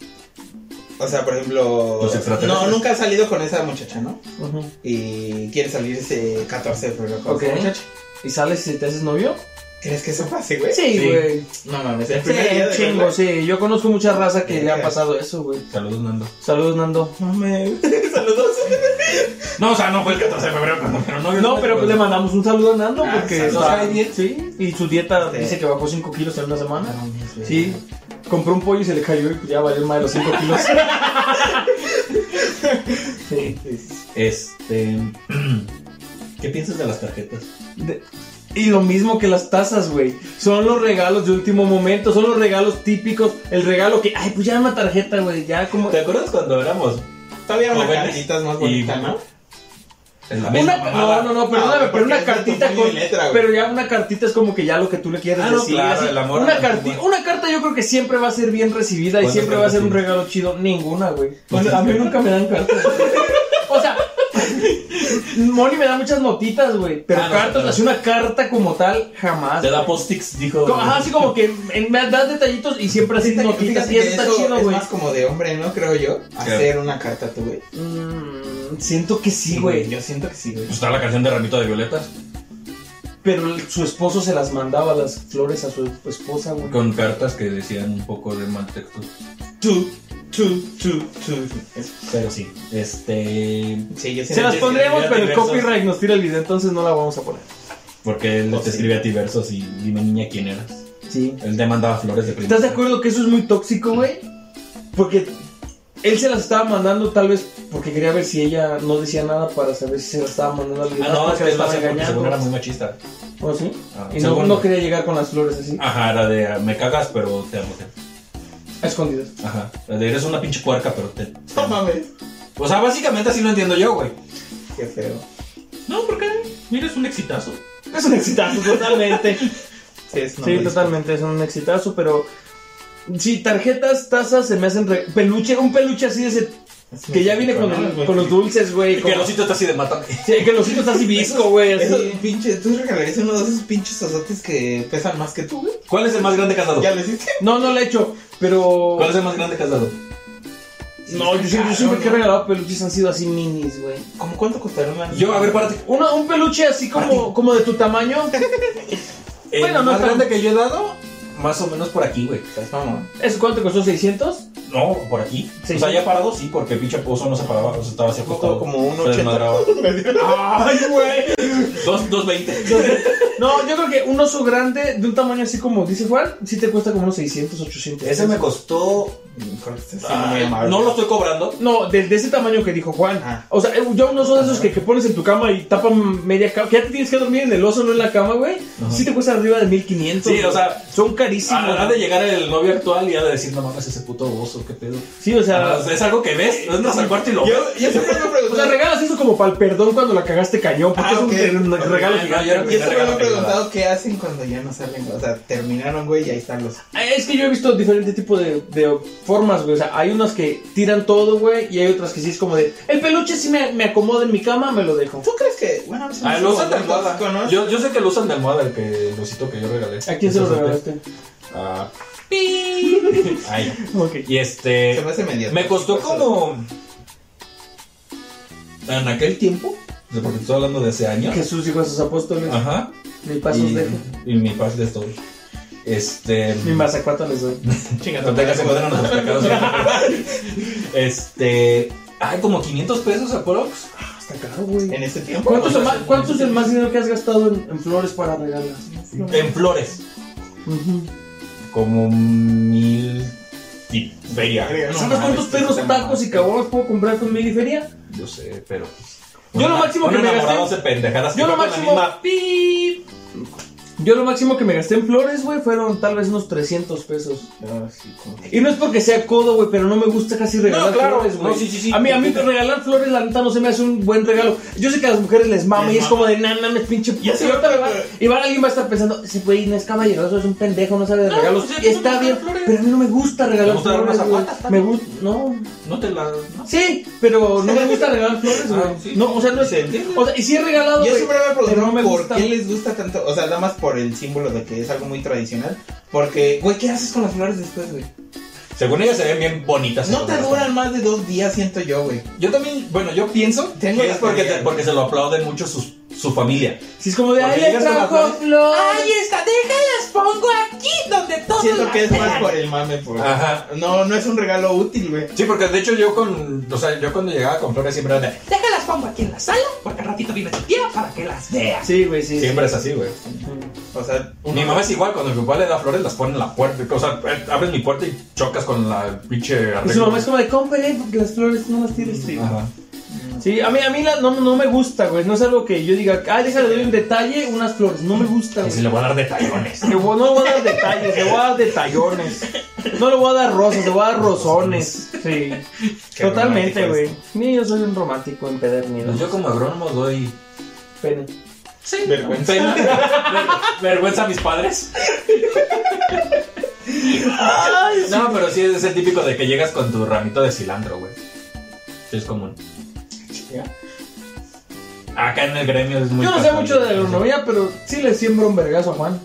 Speaker 3: O sea, por ejemplo.
Speaker 1: Los extraterrestres.
Speaker 3: No, nunca has salido con esa muchacha, ¿no?
Speaker 2: Ujú.
Speaker 3: Y quieres salir ese 14 de febrero con
Speaker 2: Ok.
Speaker 3: esa muchacha.
Speaker 2: ¿Y sales y te haces novio?
Speaker 3: ¿Crees que eso pase, güey?
Speaker 2: Sí,
Speaker 1: Sí.
Speaker 2: güey.
Speaker 3: No mames, el
Speaker 2: Sí,
Speaker 3: primer día de
Speaker 2: chingo,
Speaker 3: verla-
Speaker 2: sí. Yo conozco mucha raza que le ha
Speaker 3: Verga.
Speaker 2: pasado eso, güey.
Speaker 1: Saludos, Nando.
Speaker 2: Saludos, Nando.
Speaker 3: Mames. <laughs> Saludos.
Speaker 1: No, o sea, no fue el 14 de febrero cuando pero no
Speaker 2: No, pero pues le mandamos un saludo a Nando
Speaker 3: Ah,
Speaker 2: porque
Speaker 3: saludos.
Speaker 2: o sea,
Speaker 1: Cae bien.
Speaker 2: Sí, y su dieta
Speaker 3: Sí.
Speaker 2: dice que bajó 5 kilos en una semana. Sí,
Speaker 3: Sí.
Speaker 2: compró un pollo y se le cayó y pues ya valió más de los 5
Speaker 3: <laughs>
Speaker 2: kilos. sí.
Speaker 1: Este. <clears throat> ¿Qué piensas de las tarjetas?
Speaker 2: De- y lo mismo que las tazas, güey. Son los regalos de último momento, son los regalos típicos. El regalo que, ay, pues ya una tarjeta, güey. Ya como.
Speaker 1: ¿Te acuerdas cuando éramos
Speaker 3: Todavía una
Speaker 1: Jóvenes
Speaker 3: cartita es más
Speaker 1: y-
Speaker 3: bonita, ¿no?
Speaker 1: en la
Speaker 2: Una-
Speaker 1: misma
Speaker 2: no,
Speaker 1: mamada?
Speaker 2: no, no, perdóname,
Speaker 3: No,
Speaker 2: pero una
Speaker 3: porque es de tu
Speaker 2: cartita
Speaker 3: puño y
Speaker 2: con.
Speaker 3: letra, güey.
Speaker 2: pero ya una cartita es como que ya lo que tú le quieres
Speaker 1: Ah, no,
Speaker 2: decir.
Speaker 1: claro,
Speaker 2: así.
Speaker 1: el amor a
Speaker 2: una,
Speaker 1: la
Speaker 2: carti-
Speaker 1: antigua.
Speaker 2: una carta yo creo que siempre va a ser bien recibida y
Speaker 1: ¿Cuántas
Speaker 2: siempre va a ser un
Speaker 1: cartas
Speaker 2: regalo chido. Ninguna, güey.
Speaker 1: ¿Cuántas
Speaker 2: a
Speaker 1: <laughs>
Speaker 2: mí
Speaker 1: cartas?
Speaker 2: nunca me dan cartas. güey. o sea, Moni me da muchas notitas, güey. Pero
Speaker 1: Ah, no,
Speaker 2: cartas,
Speaker 1: no.
Speaker 2: así una carta como tal, jamás.
Speaker 1: Te da postix, dijo.
Speaker 2: Co- Ajá, así como que en- me das detallitos y siempre así
Speaker 3: Fíjate-
Speaker 2: notitas
Speaker 3: fíjate
Speaker 2: y
Speaker 3: que
Speaker 2: eso está
Speaker 3: eso
Speaker 2: chido,
Speaker 3: es
Speaker 2: güey.
Speaker 3: más como de hombre, ¿no? Creo yo. Hacer una carta tú, güey.
Speaker 2: Mm, siento que sí, güey.
Speaker 3: Yo siento que sí, güey.
Speaker 1: Pues está la canción de Ramito de Violetas.
Speaker 2: Pero el- su esposo se las mandaba las flores a su esposa, güey.
Speaker 1: Con cartas que decían un poco de mal texto.
Speaker 3: Tú, tú, tú, tú. Es-
Speaker 1: Pero sí, este.
Speaker 3: Sí, yo
Speaker 2: Se
Speaker 3: siento
Speaker 2: las
Speaker 3: que-
Speaker 2: pondríamos,
Speaker 1: ya
Speaker 2: pero el
Speaker 1: diversos.
Speaker 2: copyright nos tira el video, entonces no la vamos a poner.
Speaker 1: Porque él
Speaker 3: Pues
Speaker 1: te
Speaker 3: sí.
Speaker 1: escribe a ti versos y dime niña quién eras.
Speaker 2: Sí.
Speaker 1: Él te mandaba flores de primavera.
Speaker 2: ¿Estás de acuerdo que eso es muy tóxico, güey? Porque él se las estaba mandando tal vez porque quería ver si ella no decía nada para saber si se las estaba mandando a alguien.
Speaker 1: Ah,
Speaker 2: más,
Speaker 1: no, es
Speaker 2: porque
Speaker 1: que
Speaker 2: la
Speaker 1: él
Speaker 2: estaba
Speaker 1: pasa porque según era
Speaker 2: engañando.
Speaker 1: muy machista.
Speaker 2: ¿O sí?
Speaker 1: Ah,
Speaker 2: Y no,
Speaker 1: según-
Speaker 2: no quería llegar con las flores así,
Speaker 1: Ajá, era de ah, me cagas, pero te amo. te-
Speaker 2: a escondidas.
Speaker 1: Ajá. Era de eres una pinche puerca, pero te.
Speaker 2: <laughs>
Speaker 1: te
Speaker 3: No
Speaker 1: amo".
Speaker 3: mames.
Speaker 1: O sea, básicamente así lo entiendo yo, güey.
Speaker 3: Qué feo.
Speaker 1: No, porque mira, es un exitazo.
Speaker 2: Es un exitazo, <laughs> totalmente.
Speaker 3: Sí, es una
Speaker 2: sí,
Speaker 3: buena
Speaker 2: totalmente, es un exitazo, pero... Sí, tarjetas, tazas, se me hacen... re- Peluche, un peluche así de ese...
Speaker 3: historia. Es
Speaker 2: Que ya
Speaker 3: muy
Speaker 2: viene con,
Speaker 3: rico,
Speaker 2: el-
Speaker 3: ¿no?
Speaker 2: con los dulces, güey.
Speaker 1: Y que
Speaker 2: con-
Speaker 1: el osito está así de mátame.
Speaker 2: Sí, que el osito está así visco, güey,
Speaker 1: <laughs>
Speaker 2: así.
Speaker 3: Esos pinches, tú regalarías uno de esos pinches azotes que pesan más que tú, güey.
Speaker 1: ¿Cuál es el más grande casado?
Speaker 3: ¿Ya lo hiciste?
Speaker 2: No, no lo he hecho, pero...
Speaker 1: ¿Cuál es el más grande casado?
Speaker 2: <laughs> Ah, No, yo, siempre- yo siempre que he regalado peluches han sido así minis, güey.
Speaker 3: ¿Cómo cuánto costaron las?
Speaker 1: Yo, a ver, párate.
Speaker 2: Una- un peluche así como, como de tu tamaño.
Speaker 1: El
Speaker 2: Bueno, no
Speaker 1: más
Speaker 2: tan-
Speaker 1: grande que yo he dado, más o menos por aquí, güey.
Speaker 3: Estás mamón.
Speaker 2: ¿Eso cuánto costó? ¿600?
Speaker 1: No, por aquí.
Speaker 2: Sí.
Speaker 1: O sea, ya parado sí, porque el pinche pozo no se paraba, o sea, estaba así acostado.
Speaker 3: Costó como un
Speaker 1: Se
Speaker 3: 80. <laughs>
Speaker 1: desmadraba.
Speaker 2: ¡Ay, güey!
Speaker 1: Dos, dos veinte.
Speaker 2: No, yo creo que un oso grande de un tamaño así como dice Juan, sí te cuesta como unos 600, 800.
Speaker 1: Ese me costó.
Speaker 3: Creo que estás siendo muy
Speaker 1: ah,
Speaker 3: amable.
Speaker 1: no lo estoy cobrando.
Speaker 2: No, de, de ese tamaño que dijo Juan.
Speaker 3: Ah.
Speaker 2: O sea, eh, yo un oso de esos que, que pones en tu cama y tapan media cama, que ya te tienes que dormir en el oso, no en la cama, güey.
Speaker 1: Ajá.
Speaker 2: Sí te cuesta arriba de 1500.
Speaker 1: Sí, o
Speaker 2: güey.
Speaker 1: sea, Ah,
Speaker 2: son
Speaker 3: Ah,
Speaker 2: carísimos.
Speaker 1: ha, ha de llegar el novio actual y ha de decir, no mames, ese puto oso, qué pedo.
Speaker 2: Sí, o sea,
Speaker 1: Ah, o sea, es algo que ves, no entras al cuarto y lo ves.
Speaker 3: Yo, yo siempre me he
Speaker 2: O sea,
Speaker 3: preguntado.
Speaker 2: regalas eso como para el perdón cuando la cagaste cañón, porque
Speaker 3: Ah, ok.
Speaker 2: es un re- regalo
Speaker 1: Ah,
Speaker 2: gigante.
Speaker 1: no, yo-
Speaker 3: Yo siempre me
Speaker 1: regalo
Speaker 3: he
Speaker 1: que le
Speaker 3: preguntado qué hacen cuando ya no salen. O sea, terminaron, güey, y ahí están los.
Speaker 2: Eh, Es que yo he visto diferente tipo de, de formas, güey. O sea, hay unas que tiran todo, güey, y hay otras que sí es como de, el peluche sí me, me acomoda en mi cama, me lo dejo.
Speaker 3: ¿Tú crees que.? Bueno, pues,
Speaker 1: Ah,
Speaker 3: no
Speaker 1: lo
Speaker 3: son
Speaker 1: usan de
Speaker 3: tan tóxicos,
Speaker 1: almohada.
Speaker 3: ¿no?
Speaker 1: Yo, yo sé que lo usan de almohada el que el osito que yo regalé.
Speaker 2: ¿A quién se lo
Speaker 1: Entonces,
Speaker 2: regalaste?
Speaker 1: Ah.
Speaker 2: <laughs>
Speaker 1: Ay.
Speaker 2: Ok.
Speaker 1: Y este.
Speaker 3: Se me hace medio.
Speaker 1: Me costó
Speaker 3: tóxico,
Speaker 1: como. En aquel tiempo. o sea, Porque estoy hablando de hace años.
Speaker 2: Jesús dijo a sus apóstoles,
Speaker 3: Ah.
Speaker 1: Ajá.
Speaker 2: mi paso os
Speaker 1: y,
Speaker 2: dejo,
Speaker 1: y mi paz de estoy. Este.
Speaker 2: mi mazacuata les doy.
Speaker 3: Chinga,
Speaker 1: Cuando tengas en cuenta nuestros pecados. <laughs> este. Ay, como 500 pesos aprox.
Speaker 2: Ah, está caro, güey.
Speaker 3: En este tiempo.
Speaker 2: ¿Cuánto es, el
Speaker 1: Bueno,
Speaker 2: ma- cuánto es el más dinero que has gastado en, en flores para regalas?
Speaker 1: En flores.
Speaker 2: Ujú.
Speaker 1: Como mil. Y feria.
Speaker 3: Feria, No
Speaker 2: ¿Sabes
Speaker 3: mames,
Speaker 2: cuántos
Speaker 3: sí,
Speaker 2: perros,
Speaker 3: está
Speaker 2: tacos
Speaker 3: mal.
Speaker 2: y caguamas puedo comprar con mi feria?
Speaker 1: Yo sé, pero. pues,
Speaker 2: Yo lo máximo que me gasté-
Speaker 1: gasté. De pendejadas que
Speaker 2: Yo lo
Speaker 1: va con la
Speaker 2: máximo-
Speaker 1: misma- ¡Pip!
Speaker 2: Yo lo máximo que me gasté en flores, güey, fueron tal vez unos 300 pesos.
Speaker 1: Ah,
Speaker 3: No, sí, como-
Speaker 2: Y no es porque sea codo, güey, pero no me gusta casi regalar
Speaker 1: No, claro,
Speaker 2: flores, güey.
Speaker 1: no, sí, sí, sí.
Speaker 2: a mí, a mí regalar flores, la neta, no se me hace un buen regalo. Yo sé que a las mujeres les mama
Speaker 3: Les
Speaker 2: y es
Speaker 3: mama.
Speaker 2: como de, nana, me pinche...
Speaker 3: Ya se
Speaker 2: y
Speaker 3: ve,
Speaker 2: ahorita
Speaker 3: pero-
Speaker 2: va- Y va, alguien va a estar pensando, ese güey no es caballeroso, es un pendejo, no sabe de
Speaker 1: No,
Speaker 2: regalos.
Speaker 1: pues, ya
Speaker 2: Y
Speaker 1: que
Speaker 2: está
Speaker 1: no me
Speaker 2: bien,
Speaker 1: gustan flores.
Speaker 2: pero a mí no me gusta regalar
Speaker 1: gusta dar
Speaker 2: flores,
Speaker 1: unas
Speaker 2: güey.
Speaker 1: zapatas,
Speaker 2: Me gusta... No...
Speaker 1: No te la. no.
Speaker 2: Sí, pero no me gusta regalar flores, güey.
Speaker 1: Ah, sí.
Speaker 2: No, o sea, no es...
Speaker 1: Se entiende.
Speaker 2: O sea, y sí he regalado,
Speaker 3: Yo
Speaker 2: güey,
Speaker 3: siempre me he
Speaker 2: pero no
Speaker 3: preguntado
Speaker 2: me
Speaker 3: por
Speaker 2: gusta.
Speaker 3: qué les gusta tanto. O sea, nada más por el símbolo de que es algo muy tradicional. Porque, güey, ¿qué haces con las flores después, güey?
Speaker 1: Según ellas se ven bien bonitas.
Speaker 3: No te duran más de dos días, siento yo, güey.
Speaker 1: Yo también, bueno, yo pienso
Speaker 3: Tengo
Speaker 1: que
Speaker 3: la
Speaker 1: es porque,
Speaker 3: teoría.
Speaker 1: te- porque se lo aplauden mucho sus- su familia.
Speaker 2: Sí, es como de,
Speaker 1: Porque
Speaker 2: ay, le
Speaker 1: llegas con las
Speaker 2: trajo
Speaker 1: flores.
Speaker 2: flores.
Speaker 4: está! ¡Déjalas! ¡Pongo aquí donde todo
Speaker 3: Siento que es más por el mame, por.
Speaker 1: Ajá.
Speaker 3: No, no es un regalo útil, güey.
Speaker 1: Sí, porque de hecho yo con, o sea, yo cuando llegaba con flores siempre era de,
Speaker 4: ¡Déjalas! ¡Pongo aquí en la sala! Porque al ratito viene tu tía para que las veas.
Speaker 2: Sí, güey, sí.
Speaker 1: siempre es así, güey.
Speaker 3: O sea, uno-
Speaker 1: Mi mamá es igual, cuando mi papá le da flores las pone en la puerta, o sea, eh, abres mi puerta y chocas con la pinche
Speaker 2: Y
Speaker 1: arreglo.
Speaker 2: su mamá es como de, cómpere, porque las flores no las tienes, sí.
Speaker 1: Ajá.
Speaker 2: Sí, a mí, a mí la- no, no me gusta, güey. No es algo que yo diga, ah, déjale doy un detalle, unas flores. No me gusta,
Speaker 1: Y
Speaker 2: güey.
Speaker 1: si le voy a dar detallones.
Speaker 2: Le voy- no le voy a dar detalles, le voy a dar detallones. No le voy a dar rosas, le voy a dar rosones. Sí.
Speaker 3: Qué
Speaker 2: Totalmente,
Speaker 3: romántico
Speaker 2: güey. Ni yo soy un romántico empedernido.
Speaker 1: Pues yo como agrónomo doy
Speaker 2: Pene.
Speaker 4: Sí.
Speaker 3: Vergüenza. <laughs>
Speaker 1: pena, ver- vergüenza a mis padres. No, pero sí es el típico de que llegas con tu ramito de cilantro, güey. Sí, es común.
Speaker 3: Ya.
Speaker 1: Acá en el gremio es muy
Speaker 2: Yo no sé
Speaker 1: casual.
Speaker 2: mucho de agronomía, pero sí le siembro un vergazo a Juan.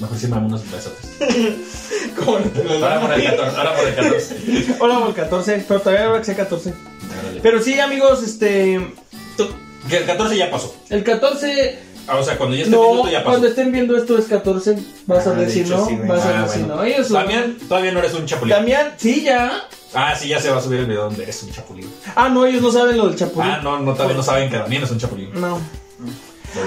Speaker 1: Mejor sí me dame unos besotes.
Speaker 3: ¿Cómo no te lo
Speaker 1: Ahora por el 14, ahora por el 14.
Speaker 2: Hola, por el 14, pero todavía no va a ser 14.
Speaker 1: Órale.
Speaker 2: Pero sí, amigos, este.
Speaker 1: Tú- que el 14 ya pasó.
Speaker 2: El 14
Speaker 1: Ah, o sea, cuando ya esté
Speaker 2: No,
Speaker 1: minuto ya pasó.
Speaker 2: cuando estén viendo esto es 14, vas a
Speaker 3: Ah,
Speaker 2: ver
Speaker 3: de
Speaker 2: si
Speaker 3: hecho,
Speaker 2: no,
Speaker 3: sí, güey.
Speaker 2: vas a
Speaker 1: Ah,
Speaker 2: ver si
Speaker 1: bueno.
Speaker 2: no. Ellos son-
Speaker 1: Damián, todavía no eres un chapulín.
Speaker 2: Damián, sí, ya.
Speaker 1: Ah, sí, ya se va a subir el video donde eres un chapulín.
Speaker 2: Ah, no, ellos no saben lo del chapulín.
Speaker 1: Ah, no, no, todavía no saben que Damián es un chapulín.
Speaker 2: no.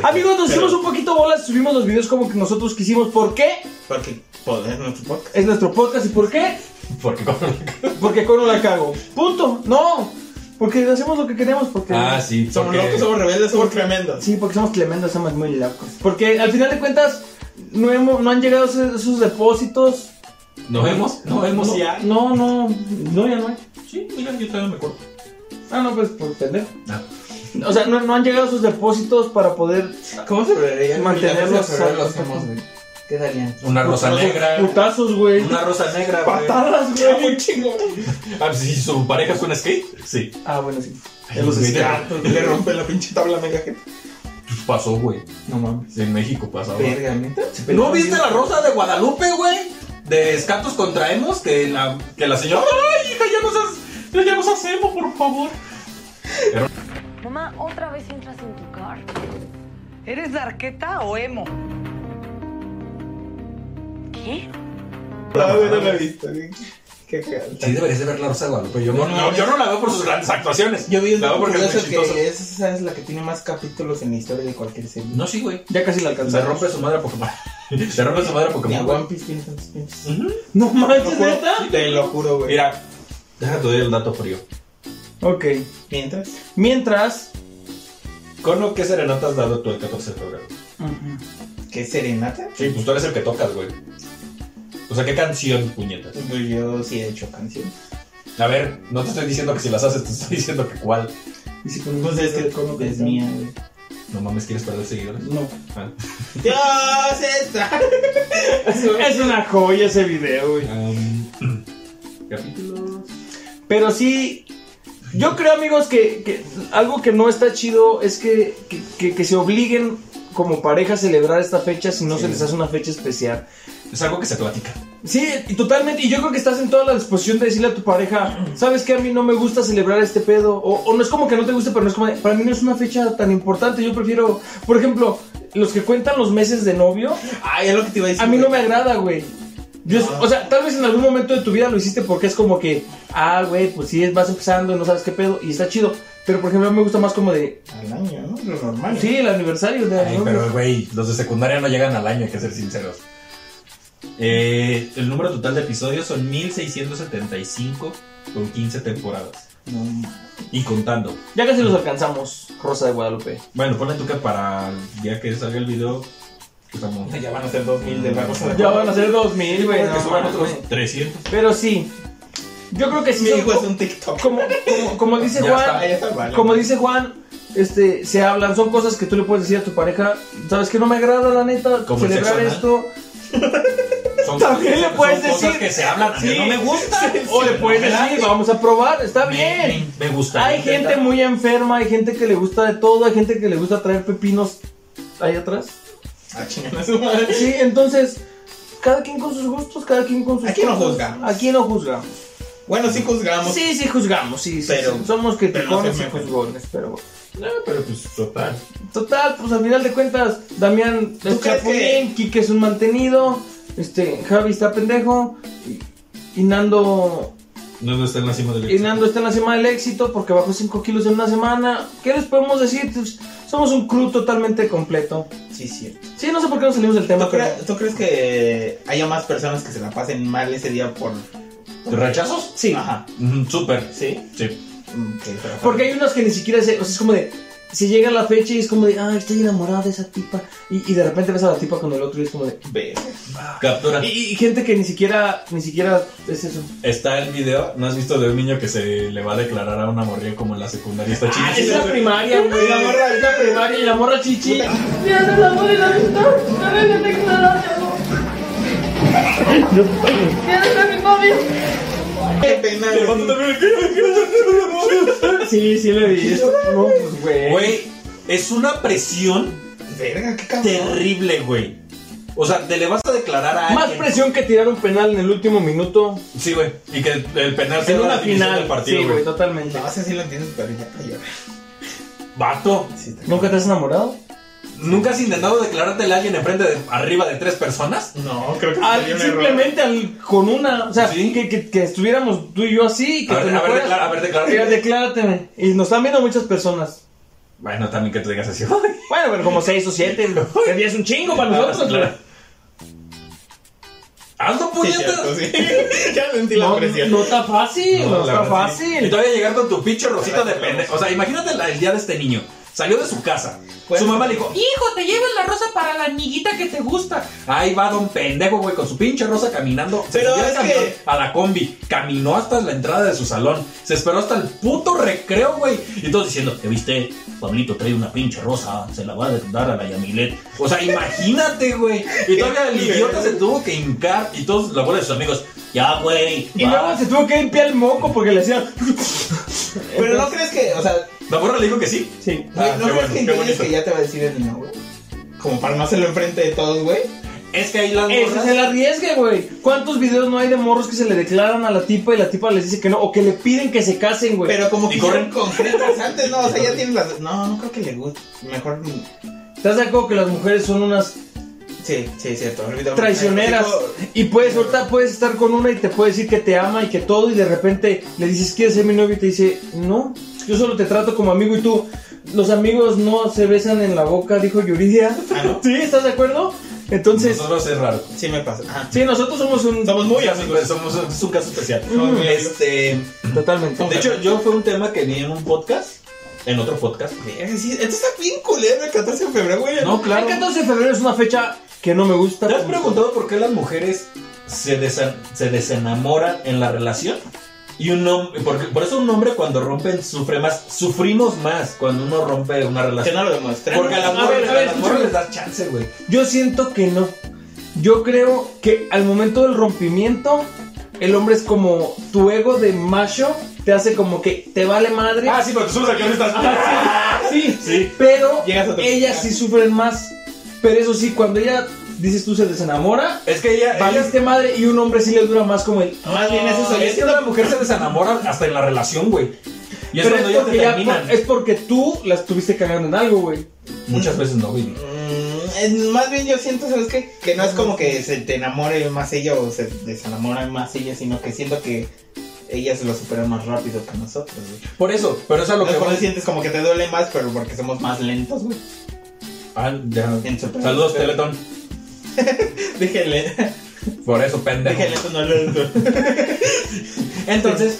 Speaker 2: Amigos, nos
Speaker 1: Pero-
Speaker 2: hicimos un poquito bolas, subimos los videos como que nosotros quisimos. ¿Por qué?
Speaker 3: Porque poder nuestro podcast.
Speaker 2: Es nuestro podcast. ¿Y por qué?
Speaker 1: Porque cuando...
Speaker 2: Porque Cono la cago. Punto. No. Porque hacemos lo que queremos. Porque
Speaker 1: Ah, sí.
Speaker 3: Somos
Speaker 1: porque-
Speaker 3: locos, somos rebeldes, somos tremendos.
Speaker 2: Sí, porque somos tremendos, somos muy locos. Porque al final de cuentas, no, hemos, no han llegado esos, esos depósitos.
Speaker 1: ¿Nos vemos? ¿Nos vemos
Speaker 3: No.
Speaker 1: ya?
Speaker 2: No, no, no, pues ya no hay.
Speaker 1: Sí, mira, yo todavía no me acuerdo.
Speaker 2: Ah, no, pues por pendejo.
Speaker 1: Ah.
Speaker 2: O sea, no, no han llegado sus depósitos para poder
Speaker 3: ¿Cómo sobrevivirían?
Speaker 2: Mantenerlos
Speaker 3: sobrevivirían los
Speaker 2: sanos.
Speaker 3: emos, güey. ¿Qué darían?
Speaker 1: Una rosa
Speaker 2: Putazos-
Speaker 1: negra.
Speaker 2: Putazos, güey.
Speaker 1: Una rosa negra, güey.
Speaker 2: Patadas,
Speaker 3: Ah,
Speaker 2: güey.
Speaker 3: muy chingón.
Speaker 1: Ah, si su pareja es un skate, sí.
Speaker 2: Ah, bueno, sí.
Speaker 1: Ay,
Speaker 2: En los
Speaker 1: güey,
Speaker 2: escatos.
Speaker 3: Le rompe la pinche tabla mega gente.
Speaker 1: Pues Pasó, güey.
Speaker 3: No mames.
Speaker 1: En México pasaba.
Speaker 3: Verga, neta.
Speaker 4: ¿No viste la rosa de Guadalupe, güey? De Escatos Contraemos, que la.
Speaker 1: Que la señora. ¡Ay, hija, ya nos has. Ya nos hacemos, por favor!
Speaker 5: Mamá, otra vez entras en tu carro.
Speaker 6: ¿Eres darqueta o emo?
Speaker 5: ¿Qué?
Speaker 3: No, güey, no la he visto. güey. Qué
Speaker 4: Sí,
Speaker 3: cagada.
Speaker 4: deberías de ver la rosa de Guadalupe. Yo
Speaker 1: No,
Speaker 4: no.
Speaker 1: no, yo no la veo por sus grandes actuaciones.
Speaker 3: Yo vi un
Speaker 1: la veo porque es muy
Speaker 3: curioso que
Speaker 1: chistosa.
Speaker 3: es, esa es la que tiene más capítulos en la historia de cualquier serie.
Speaker 1: No, sí, güey.
Speaker 2: Ya casi la
Speaker 1: Se
Speaker 2: alcanzaron.
Speaker 1: rompe su madre a Pokémon. Se rompe su madre a
Speaker 3: Ni a
Speaker 1: Pokémon. güey.
Speaker 3: One Piece tiene tantos pinches.
Speaker 2: No
Speaker 3: Te lo
Speaker 2: manches,
Speaker 3: juro,
Speaker 2: neta.
Speaker 3: Te lo juro, güey.
Speaker 1: Mira, déjate doy el dato frío.
Speaker 2: Ok.
Speaker 3: Mientras.
Speaker 2: Mientras.
Speaker 1: Cono, ¿qué serenata has dado tú el 14 de febrero?
Speaker 3: ¿Qué serenata?
Speaker 1: Sí, pues tú eres el que tocas, güey. O sea, ¿qué canción, puñetas?
Speaker 3: Pues yo sí he hecho canciones.
Speaker 1: A ver, no te estoy diciendo que si las haces, te estoy diciendo que cuál.
Speaker 2: Y si
Speaker 3: Pues es que
Speaker 2: ¿cómo
Speaker 3: es mía, güey.
Speaker 1: No mames, ¿quieres perder seguidores?
Speaker 2: No.
Speaker 1: Ah,
Speaker 3: Dios está.
Speaker 2: <laughs> Es una joya ese video, güey.
Speaker 1: um, <clears throat> capítulo.
Speaker 2: Pero sí. Yo creo, amigos, que, que algo que no está chido es que, que- que- que se obliguen como pareja a celebrar esta fecha si no se
Speaker 1: Sí.
Speaker 2: les hace una fecha especial.
Speaker 1: Es algo que se platica.
Speaker 2: Sí, y totalmente. Y yo creo que estás en toda la disposición de decirle a tu pareja, sabes que a mí no me gusta celebrar este pedo. O, o no es como que no te guste, pero no es como, de, para mí no es una fecha tan importante. Yo prefiero, por ejemplo, los que cuentan los meses de novio,
Speaker 3: Ay, es lo que te iba a decir.
Speaker 2: a mí no me
Speaker 3: güey.
Speaker 2: agrada, güey. Yo-
Speaker 3: Ah.
Speaker 2: O sea, tal vez en algún momento de tu vida lo hiciste porque es como que, ah, güey, pues sí, vas empezando y no sabes qué pedo y está chido. Pero por ejemplo, a mí me gusta más como de,
Speaker 3: Al año, ¿no? Lo normal.
Speaker 2: sí, el aniversario de
Speaker 1: Ay,
Speaker 2: novio.
Speaker 1: pero, güey, los de secundaria no llegan al año, hay que ser sinceros. Eh, el número total de episodios son 1675 con 15 temporadas.
Speaker 3: No,
Speaker 1: Y contando.
Speaker 2: Ya casi los alcanzamos, Rosa de Guadalupe.
Speaker 1: Bueno, ponle tú que para el día que salga el video, que estamos.
Speaker 3: ya van a ser 2000 de la cosa.
Speaker 2: Ya van a ser 2000, güey.
Speaker 1: que
Speaker 2: no
Speaker 1: suban
Speaker 2: mames.
Speaker 1: otros 300.
Speaker 2: Pero sí, yo creo que sí. pues,
Speaker 3: Mi
Speaker 2: son
Speaker 3: hijo es
Speaker 2: co-
Speaker 3: un TikTok.
Speaker 2: como, como, como dice
Speaker 1: Ya
Speaker 2: Juan,
Speaker 3: Ah, ya está, vale.
Speaker 2: como dice Juan, este, se hablan, son cosas que tú le puedes decir a tu pareja, sabes que no me agrada la neta
Speaker 1: Como el
Speaker 2: celebrar
Speaker 1: sexo
Speaker 2: esto,
Speaker 1: Son
Speaker 2: También le
Speaker 1: son
Speaker 2: puedes
Speaker 1: Cosas
Speaker 2: decir-
Speaker 1: que se hablan, a mí
Speaker 2: Sí.
Speaker 1: no me gusta.
Speaker 2: o le puedes
Speaker 1: Me
Speaker 2: decir,
Speaker 1: late.
Speaker 2: pues, vamos a probar, está
Speaker 1: Me-
Speaker 2: bien.
Speaker 1: Me, me gusta.
Speaker 2: Hay
Speaker 1: intentar.
Speaker 2: gente muy enferma, hay gente que le gusta de todo, hay gente que le gusta traer pepinos ahí atrás.
Speaker 3: Ah, chingada su madre.
Speaker 2: Sí, entonces, cada quien con sus gustos, cada quien con sus
Speaker 3: Aquí no
Speaker 2: cosas.
Speaker 3: juzgamos.
Speaker 2: Aquí no juzgamos.
Speaker 3: Bueno, sí juzgamos.
Speaker 2: Sí, sí juzgamos, sí, sí,
Speaker 3: Pero-
Speaker 2: sí. somos criticones
Speaker 3: pero no
Speaker 2: y
Speaker 3: se me-
Speaker 2: juzgones, pero bueno.
Speaker 1: No, pero pues total.
Speaker 2: Total, pues al final de cuentas, Damián es
Speaker 3: ¿Tú crees
Speaker 2: chapulín, Kike es un mantenido, este, Javi está pendejo, y, y Nando,
Speaker 1: No, no está en la cima del
Speaker 2: y Nando está en la cima del éxito porque bajó 5 kilos en una semana. ¿Qué les podemos decir? Pues, somos un crew totalmente completo.
Speaker 3: Sí, cierto.
Speaker 2: Sí, no sé por qué no salimos del tema,
Speaker 3: ¿Tú,
Speaker 2: pero...
Speaker 3: cre- ¿Tú crees que haya más personas que se la pasen mal ese día por.
Speaker 1: ¿Rechazos?
Speaker 2: Sí,
Speaker 3: Ajá.
Speaker 1: Mm, Súper.
Speaker 3: Sí.
Speaker 1: Sí.
Speaker 3: Mm, que se la
Speaker 2: porque hay
Speaker 3: pasen-
Speaker 2: unos que ni siquiera se... O sea, es como de... Se llega la fecha y es como de, ay, estoy enamorada de esa tipa. Y, y de repente ves a la tipa con el otro y es como de...
Speaker 3: Verga.
Speaker 2: Ah.
Speaker 1: Captura.
Speaker 2: Y, y- y gente que ni siquiera, ni siquiera es eso.
Speaker 1: Está el video, ¿no has visto de un niño que se le va a declarar a una morrilla como en la secundaria? Está chido.
Speaker 2: es la primaria, Ah, güey. La morra es la primaria y la morra chichi.
Speaker 3: Qué pena, güey.
Speaker 2: Sí, sí le vi. No, pues, güey.
Speaker 1: Güey, es una presión
Speaker 3: Verga, qué cabrón.
Speaker 1: terrible, güey. O sea, te le vas a declarar a
Speaker 2: Más
Speaker 1: alguien.
Speaker 2: presión que tirar un penal en el último minuto.
Speaker 1: Sí, güey. Y que el penal sea
Speaker 2: En
Speaker 1: la
Speaker 2: una
Speaker 1: definición
Speaker 2: final.
Speaker 1: del partido,
Speaker 2: sí,
Speaker 1: güey.
Speaker 2: güey, totalmente.
Speaker 3: No sé si lo entiendes, pero ya para llorar.
Speaker 1: Vato.
Speaker 3: Sí, está
Speaker 2: ¿Nunca te has enamorado?
Speaker 1: ¿Nunca has intentado declarártele a alguien enfrente de arriba de tres personas?
Speaker 3: cabrón. No, creo que
Speaker 2: Al-
Speaker 3: sería un error.
Speaker 2: Ah, simplemente al- con una. O sea,
Speaker 1: Sí.
Speaker 2: que, que- que estuviéramos tú y yo así. Que
Speaker 1: A
Speaker 2: te
Speaker 1: ver, a ver,
Speaker 2: enamoras.
Speaker 1: declara- a ver,
Speaker 2: <laughs>
Speaker 1: declara.
Speaker 2: Mira, declárateme. Y nos están viendo muchas personas.
Speaker 1: Bueno, también que tú digas así. <laughs> "Ay".
Speaker 2: Bueno, pero <laughs> como seis o siete. <laughs> Que día es un chingo para nosotros. güey.
Speaker 1: Claro. Ando
Speaker 3: Sí, <laughs>
Speaker 1: puñetas.
Speaker 3: cierto,
Speaker 2: <laughs>
Speaker 3: sí. ya sentí la
Speaker 2: No,
Speaker 3: presión.
Speaker 2: no está fácil,
Speaker 7: No,
Speaker 2: no,
Speaker 7: la
Speaker 2: está
Speaker 7: verdad,
Speaker 1: Y
Speaker 2: fácil.
Speaker 1: todavía llegar con tu pinche rosita de pendejo. O sea, imagínate la- el día de este niño. Salió de su casa.
Speaker 3: Bueno.
Speaker 1: Su mamá le dijo, hijo, te llevas la rosa para la amiguita que te gusta. Ahí va don pendejo, güey, con su pinche rosa caminando. Se
Speaker 3: Pero
Speaker 1: subió al
Speaker 3: es
Speaker 1: camión,
Speaker 3: que-
Speaker 1: a la combi. Caminó hasta la entrada de su salón. Se esperó hasta el puto recreo, güey. Y todos diciendo, ¿te viste? Pablito trae una pinche rosa. Se la va a dar a la Yamilet. O sea, imagínate, güey. Y todavía el idiota se tuvo que hincar. Y todos, la abuela de sus amigos, ya, güey.
Speaker 2: Y
Speaker 1: va".
Speaker 2: luego se tuvo que limpiar el moco porque le hacían.
Speaker 3: Pero no crees que, o sea,
Speaker 1: La abuela le dijo que sí.
Speaker 2: Sí.
Speaker 3: güey,
Speaker 1: Ah,
Speaker 3: no
Speaker 1: qué bueno,
Speaker 3: crees que
Speaker 1: qué
Speaker 3: entiendes
Speaker 1: bonito.
Speaker 3: que ya te va a decir el no, güey. Como para no hacerlo enfrente de todos, güey.
Speaker 1: Es que ahí las
Speaker 2: Ese
Speaker 1: morras-
Speaker 2: es el arriesgue, güey. ¿Cuántos videos no hay de morros que se le declaran a la tipa y la tipa les dice que no? O que le piden que se casen, güey.
Speaker 3: Pero como
Speaker 1: Y
Speaker 3: que
Speaker 1: corren.
Speaker 3: corren concretas antes, no, o sea, ya tienes las. No, no creo que le guste. Mejor.
Speaker 2: ¿Estás de acuerdo que las mujeres son unas
Speaker 3: Sí, sí, es cierto. olvídalo.
Speaker 2: traicioneras? Y puedes, ahorita puedes estar con una y te puede decir que te ama y que todo, y de repente le dices, ¿quieres ser mi novio? Y te dice, no, yo solo te trato como amigo y tú, los amigos no se besan en la boca, dijo Yuridia. <laughs>
Speaker 3: Ah, ¿no?
Speaker 2: ¿Sí? ¿Estás de acuerdo? Entonces,
Speaker 1: Nosotros es raro.
Speaker 3: Sí, me pasa. Ah,
Speaker 2: sí, nosotros somos un...
Speaker 3: Somos muy amigos.
Speaker 1: Somos, es un caso especial.
Speaker 2: Mm.
Speaker 3: Somos muy amigos.
Speaker 1: Este,
Speaker 2: Totalmente.
Speaker 1: de hecho, yo fue un tema que vi en un podcast, en otro podcast.
Speaker 3: Verga, sí, Esto está bien culero el 14 de febrero, güey.
Speaker 1: No, claro.
Speaker 2: El 14 de febrero es una fecha que no me gusta.
Speaker 1: ¿Te has preguntado por qué las mujeres se, desa- se desenamoran en la relación? Y un hombre, porque por eso un hombre cuando rompen sufre más, sufrimos más cuando uno rompe una
Speaker 3: Que
Speaker 1: relación.
Speaker 3: no lo demuestran.
Speaker 1: Porque a las
Speaker 2: A ver,
Speaker 1: mujeres
Speaker 2: a ver,
Speaker 1: a las mujeres
Speaker 2: escúchame.
Speaker 1: les da chance, güey.
Speaker 2: Yo siento que no. Yo creo que al momento del rompimiento, el hombre es como tu ego de macho, te hace como que te vale madre.
Speaker 1: Ah, sí, pero tú solo aquí estás.
Speaker 2: Ah, sí,
Speaker 1: sí.
Speaker 2: Pero
Speaker 3: Llegas a tu-
Speaker 2: ellas sí sufren más. Pero eso sí, cuando ella, dices tú, se desenamora,
Speaker 1: Es que ella, ella-
Speaker 2: valiste madre y un hombre sí le dura más como el.
Speaker 3: Más bien es eso.
Speaker 1: es que la mujer se desenamora hasta en la relación, güey. Y es
Speaker 2: Pero
Speaker 1: cuando
Speaker 2: es
Speaker 1: ellas te
Speaker 2: porque, ya-
Speaker 1: terminan.
Speaker 2: es porque tú la estuviste cagando en algo, güey.
Speaker 1: Muchas veces no, güey.
Speaker 3: Mm, es- más bien yo siento, ¿sabes qué? Que no es como que se te enamore más ella o se desenamora más ella, sino que siento que ellas lo superan más rápido que nosotros, güey.
Speaker 1: Por eso, pero eso es a lo
Speaker 3: Lo
Speaker 1: que voy.
Speaker 3: sientes como que te duele más, pero porque somos más lentos, güey.
Speaker 1: Ah, ya.
Speaker 3: En su-
Speaker 1: Saludos, Teletón.
Speaker 3: Dije, le-
Speaker 1: Por eso, pendejo.
Speaker 3: dije lento, no lento.
Speaker 1: Entonces,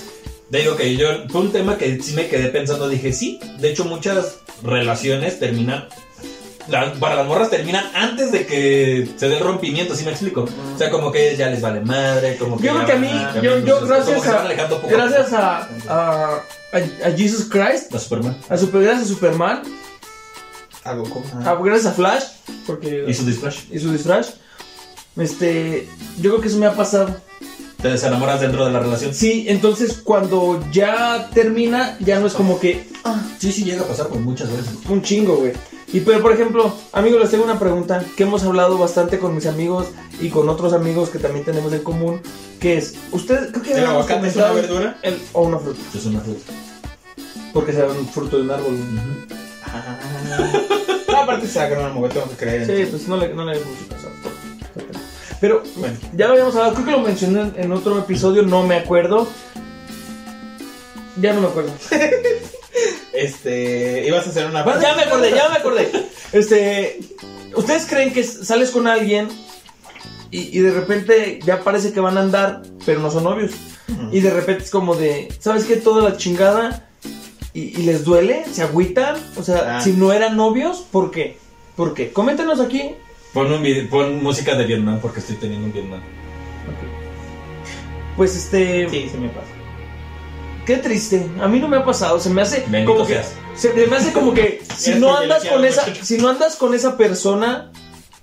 Speaker 1: te digo que yo fue un tema que sí me quedé pensando. Dije, sí, de hecho, muchas relaciones terminan. la- para las morras terminan antes de que se dé el rompimiento, ¿sí me explico? O sea, como que ya les vale madre, como que
Speaker 2: Yo creo
Speaker 1: ya
Speaker 2: que a mí,
Speaker 1: van,
Speaker 2: yo, yo
Speaker 1: entonces, como
Speaker 2: gracias
Speaker 1: que se van
Speaker 2: a,
Speaker 1: alejando poco a
Speaker 2: gracias a, a, a- a Jesus Christ,
Speaker 1: poco. a Superman
Speaker 2: a super, gracias a Superman,
Speaker 3: A Goku.
Speaker 2: a- Ah, gracias a Flash, porque
Speaker 1: y su disfraz.
Speaker 2: y su disfraz, este, yo creo que eso me ha pasado.
Speaker 1: Te desenamoras dentro de la relación.
Speaker 2: Sí, entonces cuando ya termina, ya no es como que ah,
Speaker 1: Sí, sí, llega a pasar por muchas veces.
Speaker 2: un chingo, güey. Y pero por ejemplo, amigos, les tengo una pregunta que hemos hablado bastante con mis amigos y con otros amigos que también tenemos en común, que es, usted creo que
Speaker 3: ¿El
Speaker 2: habíamos
Speaker 3: aguacate es una
Speaker 2: comentado
Speaker 3: verdura?
Speaker 2: el- o una fruta,
Speaker 1: Es una fruta.
Speaker 2: porque sea un fruto de un árbol. güey.
Speaker 3: Ah. No, aparte es agrónomo, güey, tengo que creer. en
Speaker 2: Sí,
Speaker 3: ti.
Speaker 2: pues no le, no le hagas mucho caso. Pero
Speaker 3: Bueno,
Speaker 2: ya lo habíamos hablado, creo que lo mencioné en- en otro episodio, no me acuerdo. Ya no me acuerdo.
Speaker 3: este. Ibas a hacer una.
Speaker 2: ya me acordé, ya me acordé. Este, ¿ustedes creen que s- sales con alguien y, y de repente ya parece que van a andar, pero no son novios?
Speaker 3: Mm.
Speaker 2: Y de repente es como de, ¿sabes qué? Toda la chingada y, y les duele, se agüitan. O sea,
Speaker 3: Ah.
Speaker 2: si no eran novios, ¿por qué? ¿Por qué? Coméntenos aquí.
Speaker 1: Pon, un vide- pon música de Vietnam porque estoy teniendo un Vietnam.
Speaker 2: Pues este...
Speaker 3: Sí, sí me pasa.
Speaker 2: Qué triste. A mí no me ha pasado. Se me hace
Speaker 1: Bendito
Speaker 2: como que
Speaker 1: seas.
Speaker 2: se me hace como que si
Speaker 3: Eres
Speaker 2: no andas con esa
Speaker 3: privilegiado,
Speaker 2: si no andas con esa persona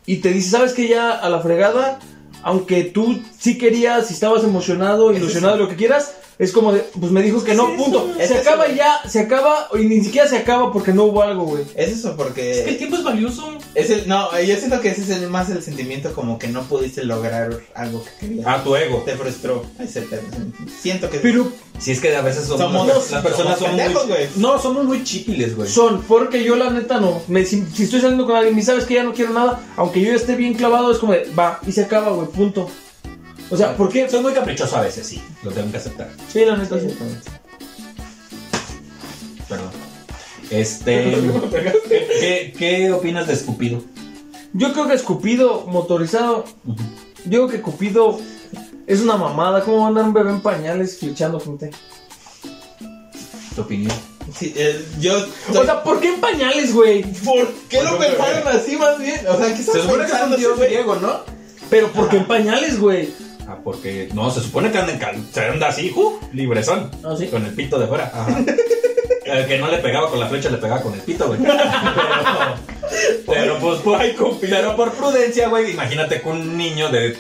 Speaker 2: y te dice sabes que ya a la fregada, aunque tú sí querías, y estabas emocionado,
Speaker 3: Es
Speaker 2: ilusionado, lo que quieras, Es como de, pues me dijo que no,
Speaker 3: Sí,
Speaker 2: punto.
Speaker 3: sí,
Speaker 2: Se
Speaker 3: sí,
Speaker 2: acaba
Speaker 3: sí.
Speaker 2: ya, se acaba, y ni siquiera se acaba porque no hubo algo, güey.
Speaker 3: Es eso
Speaker 1: Es que el
Speaker 3: porque...
Speaker 1: tiempo es valioso.
Speaker 3: Es el- no, yo siento que ese es el- más el sentimiento como que no pudiste lograr algo que querías.
Speaker 1: A Ah, tu ego.
Speaker 3: Te frustró ese pedo. Siento que...
Speaker 2: Pero
Speaker 1: Si es que a veces somos,
Speaker 3: Somos-
Speaker 1: las, las personas
Speaker 3: somos
Speaker 1: son
Speaker 3: pendejos,
Speaker 1: muy,
Speaker 3: güey.
Speaker 1: No, somos muy chipiles, güey.
Speaker 2: son, porque yo la neta no. Me- si, si estoy saliendo con alguien y sabes que ya no quiero nada, aunque yo ya esté bien clavado, es como de, va, y se acaba, güey, punto. O sea, ¿por qué?
Speaker 1: Soy muy caprichoso a veces, sí. Lo tengo que aceptar.
Speaker 2: Sí, la neta, sí.
Speaker 1: Perdón.
Speaker 3: <laughs>
Speaker 1: Este. ¿qué, qué opinas de Escupido?
Speaker 2: Yo creo que escupido motorizado. Yo creo que Cupido es una mamada. ¿Cómo va a andar un bebé en pañales flechando gente?
Speaker 1: ¿Tu opinión?
Speaker 3: Sí, eh, yo...
Speaker 2: O sea, ¿por qué en pañales, güey?
Speaker 3: ¿por qué lo pensaron así más bien? O sea, ¿qué estás
Speaker 1: Se supone que es un
Speaker 3: pensando,
Speaker 1: dios
Speaker 3: güey?
Speaker 1: griego, ¿no?
Speaker 2: Pero ¿por qué en pañales, güey?
Speaker 1: Ah, porque. No, se supone que anda, en cal- se anda así, ¡uh! Libresón.
Speaker 2: Ah, sí.
Speaker 1: Con el pito de fuera. Ajá. El que no le pegaba con la flecha, le pegaba con el pito, güey. Pero, pero, pues, por, pero por prudencia, güey, imagínate que un niño de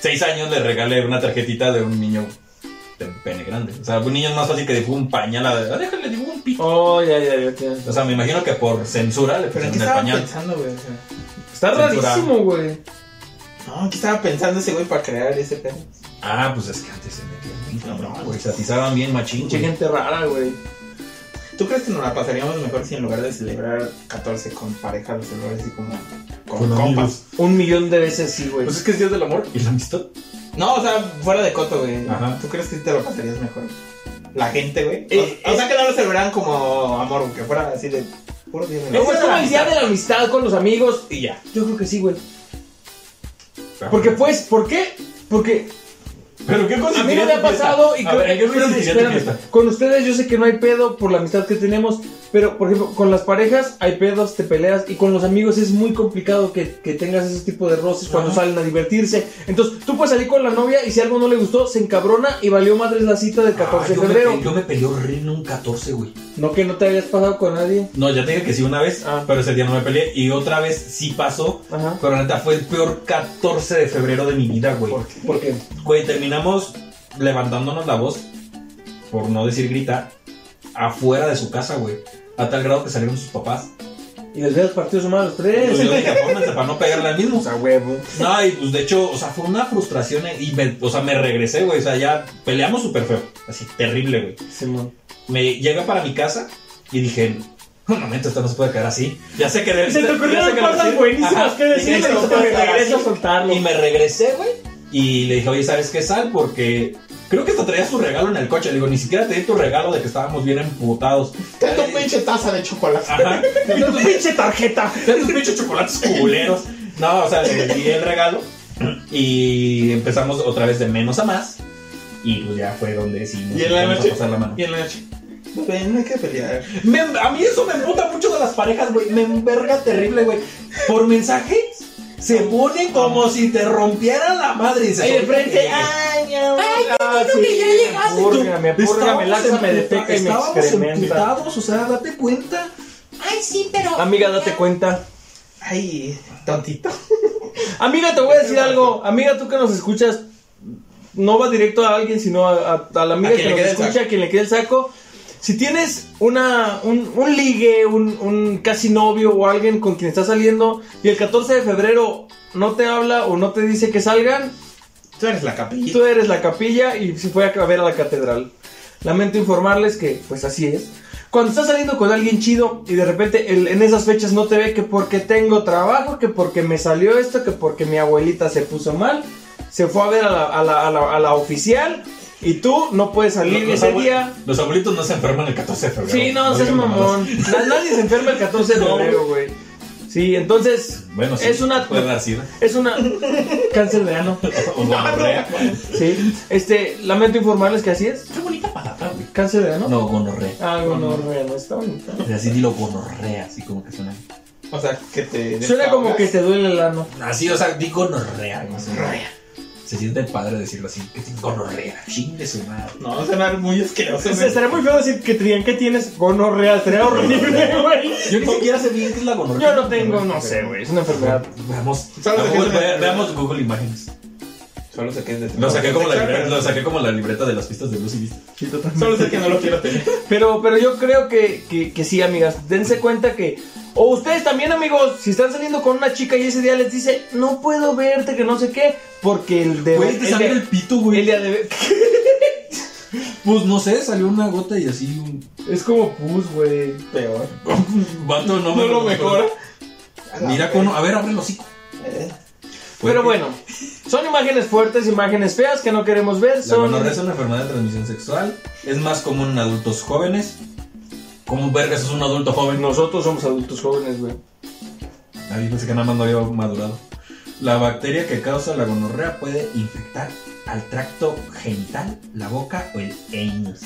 Speaker 1: 6 años le regale una tarjetita de un niño de pene grande. O sea, un niño es más fácil que dibuje un pañal. a- Ah, déjale, dibujo un pito.
Speaker 2: Oh, ya, ya, ya. ya.
Speaker 1: O sea, me imagino que por censura le
Speaker 3: ¿Pero en
Speaker 1: pusieron
Speaker 3: qué
Speaker 1: el
Speaker 3: estaba
Speaker 1: pañal.
Speaker 3: pensando, güey? O sea,
Speaker 2: Está
Speaker 1: Censurado.
Speaker 2: rarísimo, güey.
Speaker 3: no, ¿en qué estaba pensando ese güey para crear ese pedo?
Speaker 1: Ah, pues es que antes se metían bien, cabrón, güey. Se atizaban bien machín,
Speaker 2: Mucha
Speaker 1: güey.
Speaker 2: gente rara, güey.
Speaker 3: ¿Tú crees que nos la pasaríamos mejor si en lugar de celebrar 14 con pareja lo celebras así como con,
Speaker 1: Con
Speaker 3: compas?
Speaker 2: Un millón de veces sí, güey.
Speaker 1: Pues es que es Dios del amor y la amistad.
Speaker 3: No, o sea, fuera de coto, güey.
Speaker 1: Ajá.
Speaker 3: ¿Tú crees que te lo pasarías mejor? La gente, güey. O-
Speaker 2: Eh,
Speaker 3: o, sea, que no lo celebraran como amor, que fuera así de puro día de
Speaker 2: Es
Speaker 3: amor.
Speaker 2: como el día de la amistad con los amigos.
Speaker 3: Y ya.
Speaker 2: Yo creo que sí, güey. Porque pues, ¿por qué? Porque
Speaker 1: ¿Pero qué pues, cosa
Speaker 2: a mí no me ha pasado y creo- espérame, espérame. Con ustedes yo sé que no hay pedo por la amistad que tenemos, pero por ejemplo, con las parejas hay pedos, te peleas y con los amigos es muy complicado que, que tengas ese tipo de roces cuando salen a divertirse. Entonces, tú puedes salir con la novia y si algo no le gustó, se encabrona y valió madres la cita del 14 de febrero.
Speaker 1: Ah, yo me peleé horrible un 14, güey.
Speaker 2: No que no te hayas pasado con nadie.
Speaker 1: No, ya te dije que sí una vez,
Speaker 2: Ah.
Speaker 1: pero ese día no me peleé. Y otra vez sí pasó.
Speaker 2: Ajá.
Speaker 1: Pero la neta fue el peor 14 de febrero de mi vida, güey.
Speaker 2: ¿Por qué?
Speaker 1: Güey, terminamos levantándonos la voz, por no decir gritar, afuera de su casa, güey. A tal grado que salieron sus papás.
Speaker 2: Y les veas partidos sumados los
Speaker 1: Pues
Speaker 2: tres.
Speaker 1: yo dije, "Apármense para no pegarle al mismo.
Speaker 2: A huevo.
Speaker 1: No, y pues de hecho, o sea, fue una frustración eh, y me, o sea, me regresé, güey. O sea, ya peleamos súper feo. Así, terrible, güey.
Speaker 2: Simón.
Speaker 1: Me llegué para mi casa y dije, un momento, esto no se puede quedar así. Ya sé que debe
Speaker 2: Se te
Speaker 1: ya
Speaker 2: ocurrieron
Speaker 1: sé que
Speaker 2: cosas
Speaker 1: decir-
Speaker 2: buenísimas
Speaker 1: Ajá,
Speaker 2: que
Speaker 1: dije,
Speaker 2: decirle,
Speaker 1: esto no
Speaker 2: pero
Speaker 1: puede quedar
Speaker 2: regreso a
Speaker 1: así.
Speaker 2: soltarlo.
Speaker 1: Y me regresé, güey. Y le dije, oye, ¿sabes qué sal? Porque creo que te traías tu regalo en el coche. Le digo, ni siquiera te di tu regalo de que estábamos bien emputados. Eh,
Speaker 3: Ten tu pinche taza de chocolate. <laughs>
Speaker 1: Ajá.
Speaker 2: ¡Pinche tarjeta!
Speaker 1: Esos pinches chocolates culeros. No, o sea, le di el regalo y empezamos otra vez de menos a más. Y pues ya fue donde sí nos
Speaker 3: Y en la
Speaker 1: empezamos
Speaker 3: noche.
Speaker 1: a pasar la mano.
Speaker 3: Y en la noche. Ven, no hay que pelear.
Speaker 1: Me- a mí eso me emputa mucho de las parejas, güey. Me enverga terrible, güey. Por mensajes se ponen como si te rompieran la madre. Y se
Speaker 2: Ahí de
Speaker 1: son-
Speaker 2: frente,
Speaker 3: Ay, mi amor.
Speaker 2: Ah, sí, Apúrgame, apúrgame,
Speaker 1: Estábamos
Speaker 2: lázame de
Speaker 1: emputa-
Speaker 2: peca y me
Speaker 1: estábamos
Speaker 2: excrementa.
Speaker 1: emputados, o sea, date cuenta.
Speaker 8: Ay, sí, pero.
Speaker 2: Amiga, date cuenta.
Speaker 3: Ay, tontito.
Speaker 2: Amiga, te voy a decir algo. Amiga, tú que nos escuchas, no va directo a alguien, sino a, a- a la amiga
Speaker 3: A
Speaker 2: que
Speaker 3: quien le
Speaker 2: nos
Speaker 3: quede el
Speaker 2: escucha,
Speaker 3: saco.
Speaker 2: a quien le quede el saco. Si tienes una, un, un ligue, un, un casi novio o alguien con quien estás saliendo y el 14 de febrero no te habla o no te dice que salgan,
Speaker 3: Tú eres la capillita.
Speaker 2: tú eres la capilla y se fue a ver a la catedral. Lamento informarles que, pues así es. Cuando estás saliendo con alguien chido y de repente el- en esas fechas no te ve que porque tengo trabajo, que porque me salió esto, que porque mi abuelita se puso mal, se fue a ver a la, a la- a la- a la oficial y tú no puedes salir ese
Speaker 1: abue-
Speaker 2: día.
Speaker 1: los abuelitos no se enferman el 14 de febrero.
Speaker 2: Sí, no, seas
Speaker 1: digan mamadas.
Speaker 2: mamón. Na- Nadie se enferma el 14 de
Speaker 1: No,
Speaker 2: febrero, güey. Sí, entonces
Speaker 1: Bueno, sí,
Speaker 2: es una
Speaker 1: puede dar
Speaker 2: <laughs>
Speaker 1: sida.
Speaker 2: es una cáncer de ano.
Speaker 1: O gonorrea.
Speaker 2: Sí, este, lamento informarles que así es.
Speaker 1: Qué bonita palabra, güey.
Speaker 2: Cáncer de ano.
Speaker 1: No, gonorrea.
Speaker 2: Ah, gonorrea, no está bonita.
Speaker 1: Así dilo gonorrea, así como que suena.
Speaker 3: O sea, que te.
Speaker 2: Suena como que te duele el ano.
Speaker 1: Así, o sea, di gonorrea. no sé. Se siente padre decirlo así, que tiene gonorrea. Chingue su madre.
Speaker 3: No, suena muy asqueroso. güey.
Speaker 2: Estaría muy feo decir que Trian, ¿qué tienes? Gonorrea, estaría <laughs> horrible, güey.
Speaker 1: Yo ni siquiera sé bien qué es la gonorrea.
Speaker 2: Yo no tengo, no sé, güey, es una enfermedad.
Speaker 1: Veamos,
Speaker 3: Solo
Speaker 1: Google-
Speaker 3: sé que es una
Speaker 1: ve-
Speaker 3: enfermedad.
Speaker 1: veamos Google Imágenes.
Speaker 3: Solo sé que es de
Speaker 9: Lo saqué como la libreta,
Speaker 3: Pero-
Speaker 9: lo saqué como la libreta de las pistas de Lucy, ¿viste?
Speaker 2: Sí, totalmente.
Speaker 3: Solo sé que no lo quiero tener.
Speaker 2: Pero, pero yo creo que, que, que sí, amigas. Dense cuenta que. O ustedes también, amigos, si están saliendo con una chica y ese día les dice, no puedo verte, que no sé qué, porque el de.
Speaker 1: Güey, te
Speaker 2: el,
Speaker 1: salió
Speaker 2: de-
Speaker 1: el pito, güey.
Speaker 2: el día de-
Speaker 1: Pues no sé, salió una gota y así un.
Speaker 2: Es como pus, güey.
Speaker 3: Peor.
Speaker 1: Vato, no,
Speaker 3: No
Speaker 1: me
Speaker 3: lo mejora.
Speaker 1: Mira, cono. A ver, abre el hocico.
Speaker 3: Eh,
Speaker 1: Güey,
Speaker 2: Pero bueno, son imágenes fuertes, imágenes feas que no queremos ver.
Speaker 1: La
Speaker 2: Son.
Speaker 1: gonorrea es una enfermedad de transmisión sexual. Es más común en adultos jóvenes. ¿Cómo vergas es un adulto joven?
Speaker 2: Nosotros somos adultos jóvenes, güey.
Speaker 1: A mí pensé que nada más no había madurado. La bacteria que causa la gonorrea puede infectar al tracto genital, la boca o el anus.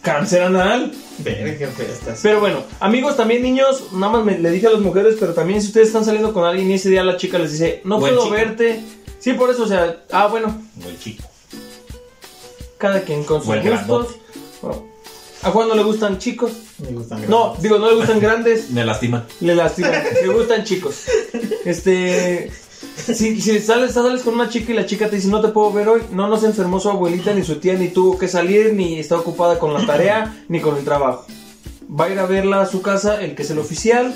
Speaker 2: Cáncer anal.
Speaker 3: Verga, qué fea estás.
Speaker 2: Pero bueno, amigos, también niños, nada más me- le dije a las mujeres, pero también si ustedes están saliendo con alguien y ese día la chica les dice, no
Speaker 1: O el
Speaker 2: puedo
Speaker 1: chico.
Speaker 2: verte. Sí, por eso, o sea, ah, bueno,
Speaker 1: O el chico.
Speaker 2: cada quien con
Speaker 1: O
Speaker 2: sus
Speaker 1: el
Speaker 2: gustos. Bueno, a Juan no le gustan chicos.
Speaker 3: Me gustan.
Speaker 2: No, digo, no le gustan grandes,
Speaker 1: Me lastima.
Speaker 2: le lastiman. Le gustan chicos. Este. Si, si sales, sales con una chica y la chica te dice no te puedo ver hoy, no nos enfermó su abuelita, ni su tía, ni tuvo que salir, ni está ocupada con la tarea, ni con el trabajo. Va a ir a verla a su casa, el que es el oficial.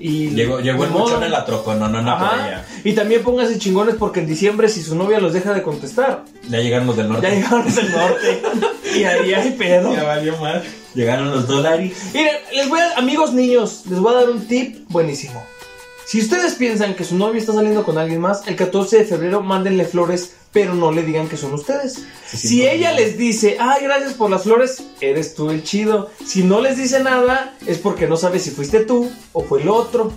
Speaker 2: Y
Speaker 1: Llegó, llegó el
Speaker 2: ni modo.
Speaker 1: muchón en la troco, no, no, no, por
Speaker 2: Ajá.
Speaker 1: allá.
Speaker 2: Y también pónganse chingones porque en diciembre, si su novia los deja de contestar,
Speaker 1: Ya llegaron los del norte.
Speaker 2: ya llegaron del norte. y ahí hay pedo.
Speaker 3: Ya valió mal.
Speaker 1: Llegaron los dólares.
Speaker 2: Miren, les voy a, amigos niños, les voy a dar un tip buenísimo. Si ustedes piensan que su novio está saliendo con alguien más, el 14 de febrero mándenle flores, pero no le digan que son ustedes.
Speaker 1: Se
Speaker 2: Si
Speaker 1: sienten
Speaker 2: ella
Speaker 1: bien.
Speaker 2: les dice, ay, gracias por las flores, eres tú el chido. Si no les dice nada, es porque no sabe si fuiste tú o fue el otro.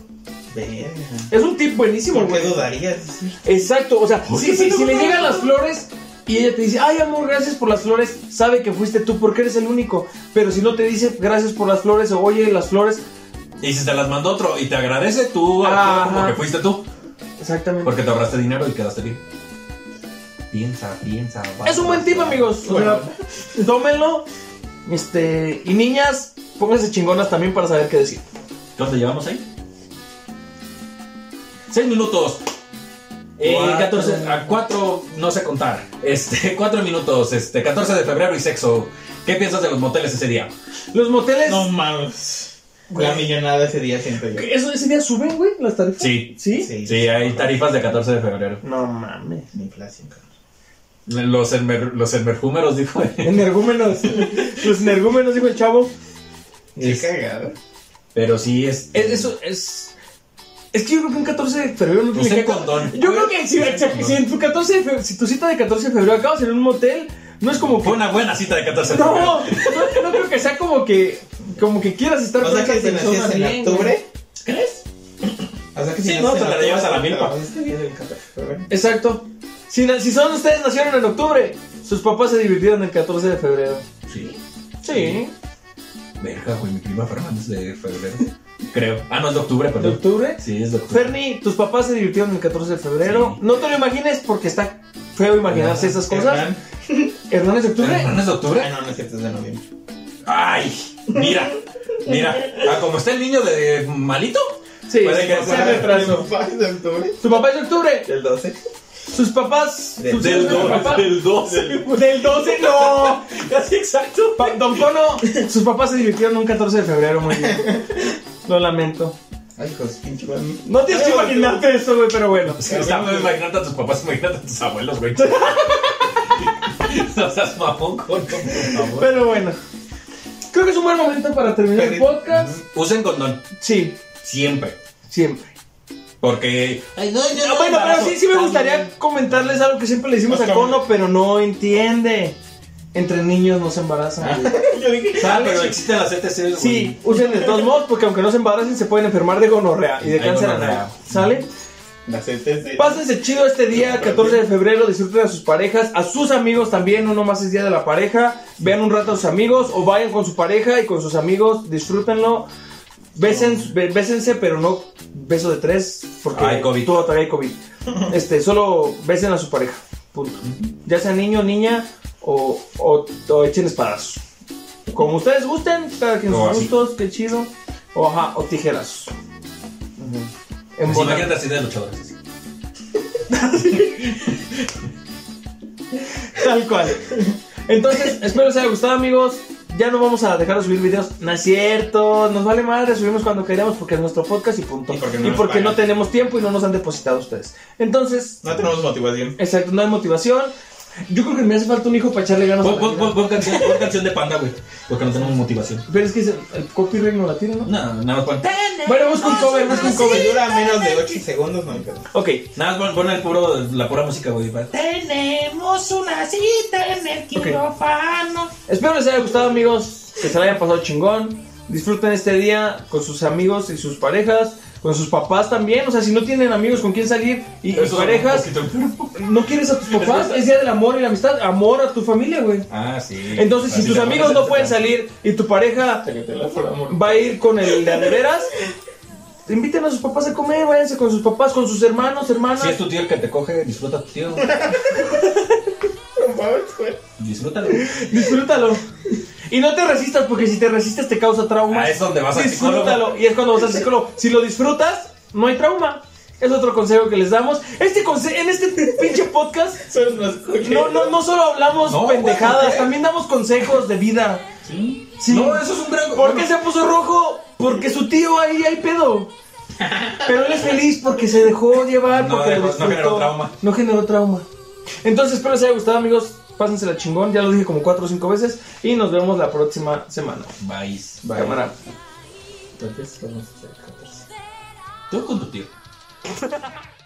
Speaker 3: Verga.
Speaker 2: Es un tip buenísimo,
Speaker 3: ¿Por qué
Speaker 2: güey.
Speaker 3: dudarías?
Speaker 2: Exacto, o sea,
Speaker 1: Oye,
Speaker 2: sí, sí,
Speaker 1: pero
Speaker 2: si le
Speaker 1: no.
Speaker 2: llegan las flores y ella te dice, ay amor, gracias por las flores, sabe que fuiste tú porque eres el único. Pero si no te dice gracias por las flores o oye las flores,
Speaker 1: Y si te las mandó otro y te agradece, tú
Speaker 2: Ajá.
Speaker 1: actúa como que fuiste tú.
Speaker 2: exactamente.
Speaker 1: Porque te ahorraste dinero y quedaste bien. Piensa, piensa.
Speaker 2: Es un buen tip, amigos. O
Speaker 3: Bueno.
Speaker 2: sea, tómenlo. Este, y niñas, pónganse chingonas también para saber qué decir.
Speaker 1: ¿Cuánto llevamos ahí? Seis minutos. Eh,
Speaker 2: Cuatro.
Speaker 1: 14, a 4, no sé contar. Este, <laughs> 4 minutos, este, 14 de febrero y sexo. ¿Qué piensas de los moteles ese día?
Speaker 2: Los moteles,
Speaker 3: No mames.
Speaker 2: Güey.
Speaker 3: La millonada ese día siento yo.
Speaker 2: ¿eso, ese día suben, güey, las tarifas.
Speaker 1: Sí.
Speaker 2: ¿Sí?
Speaker 1: Sí, hay tarifas de 14 de febrero.
Speaker 2: No mames.
Speaker 3: La Inflación. cabrón.
Speaker 1: Los, enmer- los enmerjúmeros, <laughs> dijo.
Speaker 2: Energúmenos. <laughs> Los energúmenos, dijo el chavo.
Speaker 3: Qué cagado.
Speaker 1: Pero sí es.
Speaker 2: Es, eso es. Es que yo creo que un 14 de febrero no tiene
Speaker 1: Usé
Speaker 2: que.
Speaker 1: condón.
Speaker 2: Yo creo que si, si- si en tu 14 de febrero- si tu cita de 14 de febrero acabas en un motel, no es como que.
Speaker 1: Fue una buena cita de 14 de
Speaker 2: No,
Speaker 1: febrero.
Speaker 2: <laughs> no, no creo que sea como que. Como que quieras estar
Speaker 3: O sea
Speaker 2: esa
Speaker 3: que si
Speaker 2: persona
Speaker 3: nacías en
Speaker 2: bien,
Speaker 3: octubre.
Speaker 1: ¿Crees?
Speaker 3: O sea que si
Speaker 1: Sí, no, te la llevas a la milpa.
Speaker 3: milpa.
Speaker 2: Exacto. Si, na- si son ustedes nacieron en octubre, sus papás se divirtieron el 14 de febrero.
Speaker 1: Sí.
Speaker 2: Sí.
Speaker 1: Verga, güey, mi prima Fernández de
Speaker 2: <laughs>
Speaker 1: febrero. Creo. Ah, no, es de octubre,
Speaker 2: ¿De
Speaker 1: perdón.
Speaker 2: octubre?
Speaker 1: Sí, es de octubre.
Speaker 2: Ferni, tus papás se divirtieron el 14 de febrero.
Speaker 1: Sí. Ah,
Speaker 2: No te lo imagines porque está feo imaginarse esas cosas. Hernán es de octubre.
Speaker 1: ¿No es de
Speaker 3: Ah,
Speaker 1: octubre?
Speaker 3: no, no es cierto, es de noviembre.
Speaker 1: Ay, mira, mira. Ah, como está el niño de malito.
Speaker 2: Sí.
Speaker 1: Puede que
Speaker 2: su
Speaker 1: sea
Speaker 2: papá-
Speaker 3: retraso. ¿Es de octubre?
Speaker 2: Su papá es de octubre.
Speaker 3: ¿Del 12?
Speaker 2: Sus papás.
Speaker 3: De-
Speaker 2: sus-
Speaker 3: del
Speaker 2: su
Speaker 3: do-
Speaker 2: papá-
Speaker 1: del 12.
Speaker 2: Del 12, no.
Speaker 1: <laughs> Casi exacto.
Speaker 2: Pa- Don Cono, sus papás se divirtieron un 14 de febrero, muy bien. Lo lamento.
Speaker 3: Ay, hijos, pinche mami.
Speaker 2: No tienes que imaginarte eso, güey, pero bueno.
Speaker 1: Está, imagínate a tus papás, imagínate a tus abuelos, güey. <laughs> No seas mamón, con por favor.
Speaker 2: Pero bueno. Creo que es un buen momento para terminar el
Speaker 3: Pero-
Speaker 2: podcast.
Speaker 1: Usen condón.
Speaker 2: Sí,
Speaker 1: Siempre.
Speaker 2: siempre.
Speaker 1: Porque. Ay, no, yo
Speaker 2: Ah, bueno, pero sí, sí me gustaría comentarles algo que siempre le decimos a Cono, pero no entiende. Entre niños no se embarazan. güey.
Speaker 3: Yo dije.
Speaker 1: Ah,
Speaker 2: ¿Sale?
Speaker 1: pero existen las ETC, güey.
Speaker 2: Sí, usen de todos modos porque aunque no se embaracen se pueden enfermar de gonorrea y de
Speaker 1: Hay
Speaker 2: cáncer
Speaker 1: gonorrea.
Speaker 2: anal. ¿Sale?
Speaker 3: La CTC.
Speaker 2: <laughs> Pásense chido este día, 14 de febrero, disfruten a sus parejas, a sus amigos también, no nomás es día de la pareja, vean un rato a sus amigos o vayan con su pareja y con sus amigos, disfrútenlo, besen, be- bésense, pero no beso de tres, porque
Speaker 1: Hay COVID.
Speaker 2: todo todavía
Speaker 1: <laughs>
Speaker 2: hay COVID. Este, solo besen a su pareja, punto. Ya sea niño, niña o, o, o echen espadazos. Como ustedes gusten, cada quien
Speaker 1: O
Speaker 2: sus
Speaker 1: así.
Speaker 2: gustos, qué chido. O ajá, o tijerazos. En
Speaker 1: Pues
Speaker 2: bola.
Speaker 1: imagínate así de luchadores. así.
Speaker 2: Tal cual. Entonces, espero les haya gustado, amigos. Ya no vamos a dejar de subir videos. No es cierto. Nos vale madre. Subimos cuando queramos porque es nuestro podcast y punto.
Speaker 3: Y porque no nos pagan.
Speaker 2: no tenemos tiempo y no nos han depositado ustedes. Entonces,
Speaker 3: No tenemos motivación.
Speaker 2: exacto, no hay motivación. Yo creo que me hace falta un hijo para echarle ganas. a
Speaker 3: Pues,
Speaker 4: Pon,
Speaker 2: la
Speaker 4: pon-
Speaker 2: vida.
Speaker 4: pon- pon canción, pon canción de panda, güey. Porque no tenemos motivación.
Speaker 3: pues.
Speaker 2: Pero es que se- el copyright no la tiene, ¿no?
Speaker 4: Nada, nada más pon.
Speaker 2: Bueno, busca un cover, busca un
Speaker 3: Como
Speaker 2: cover.
Speaker 3: Pues dura menos de 8 segundos, no hay pedo.
Speaker 2: Ok,
Speaker 4: Nada más pon, pon el puro, la pura música, güey. para- Tenemos una cita en el quirófano.
Speaker 2: Espero les haya gustado, amigos. Que se la hayan pasado chingón. Disfruten este día con sus amigos y sus parejas. Con sus papás también. O sea, si no tienen amigos con quien salir y, y
Speaker 4: Eso es un
Speaker 2: parejas,
Speaker 4: poquito enfermo.
Speaker 2: no quieres a tus papás. Es día del amor y la amistad. Amor a tu familia, güey.
Speaker 4: Ah, sí.
Speaker 2: Entonces, si
Speaker 4: Así
Speaker 2: tus
Speaker 4: la
Speaker 2: amigos
Speaker 4: pones,
Speaker 2: no pueden salir y tu pareja va a ir con el de a de veras, inviten a sus papás a comer. Váyanse con sus papás, con sus hermanos, hermanas.
Speaker 4: Si es tu tío el que te coge, disfruta a tu tío. Disfrútalo.
Speaker 2: Disfrútalo. Y no te resistas, porque si te resistes te causa traumas.
Speaker 4: Ah, es donde vas al
Speaker 2: Disfrútalo. Y es cuando vas al psicólogo. Si lo disfrutas, no hay trauma. Es otro consejo que les damos. Este conse- en este pinche podcast,
Speaker 3: Solo nos escucha.
Speaker 2: no, no, no solo hablamos
Speaker 4: No,
Speaker 2: pendejadas,
Speaker 4: güey, ¿por qué?
Speaker 2: también damos consejos de vida.
Speaker 4: Sí.
Speaker 2: Sí.
Speaker 4: No, eso es un gran.
Speaker 2: ¿Por qué se puso rojo? Porque su tío ahí hay pedo. Pero él es feliz porque se dejó llevar,
Speaker 4: No
Speaker 2: porque lo
Speaker 4: dejó- no
Speaker 2: disfrutó.
Speaker 4: generó trauma.
Speaker 2: No generó trauma. Entonces, espero les haya gustado, amigos. Pásensela chingón, ya lo dije como cuatro o cinco veces. Y nos vemos la próxima semana.
Speaker 4: Bye.
Speaker 2: Cámara.
Speaker 3: Entonces, vamos a hacer 14.
Speaker 4: Tú con tu tío.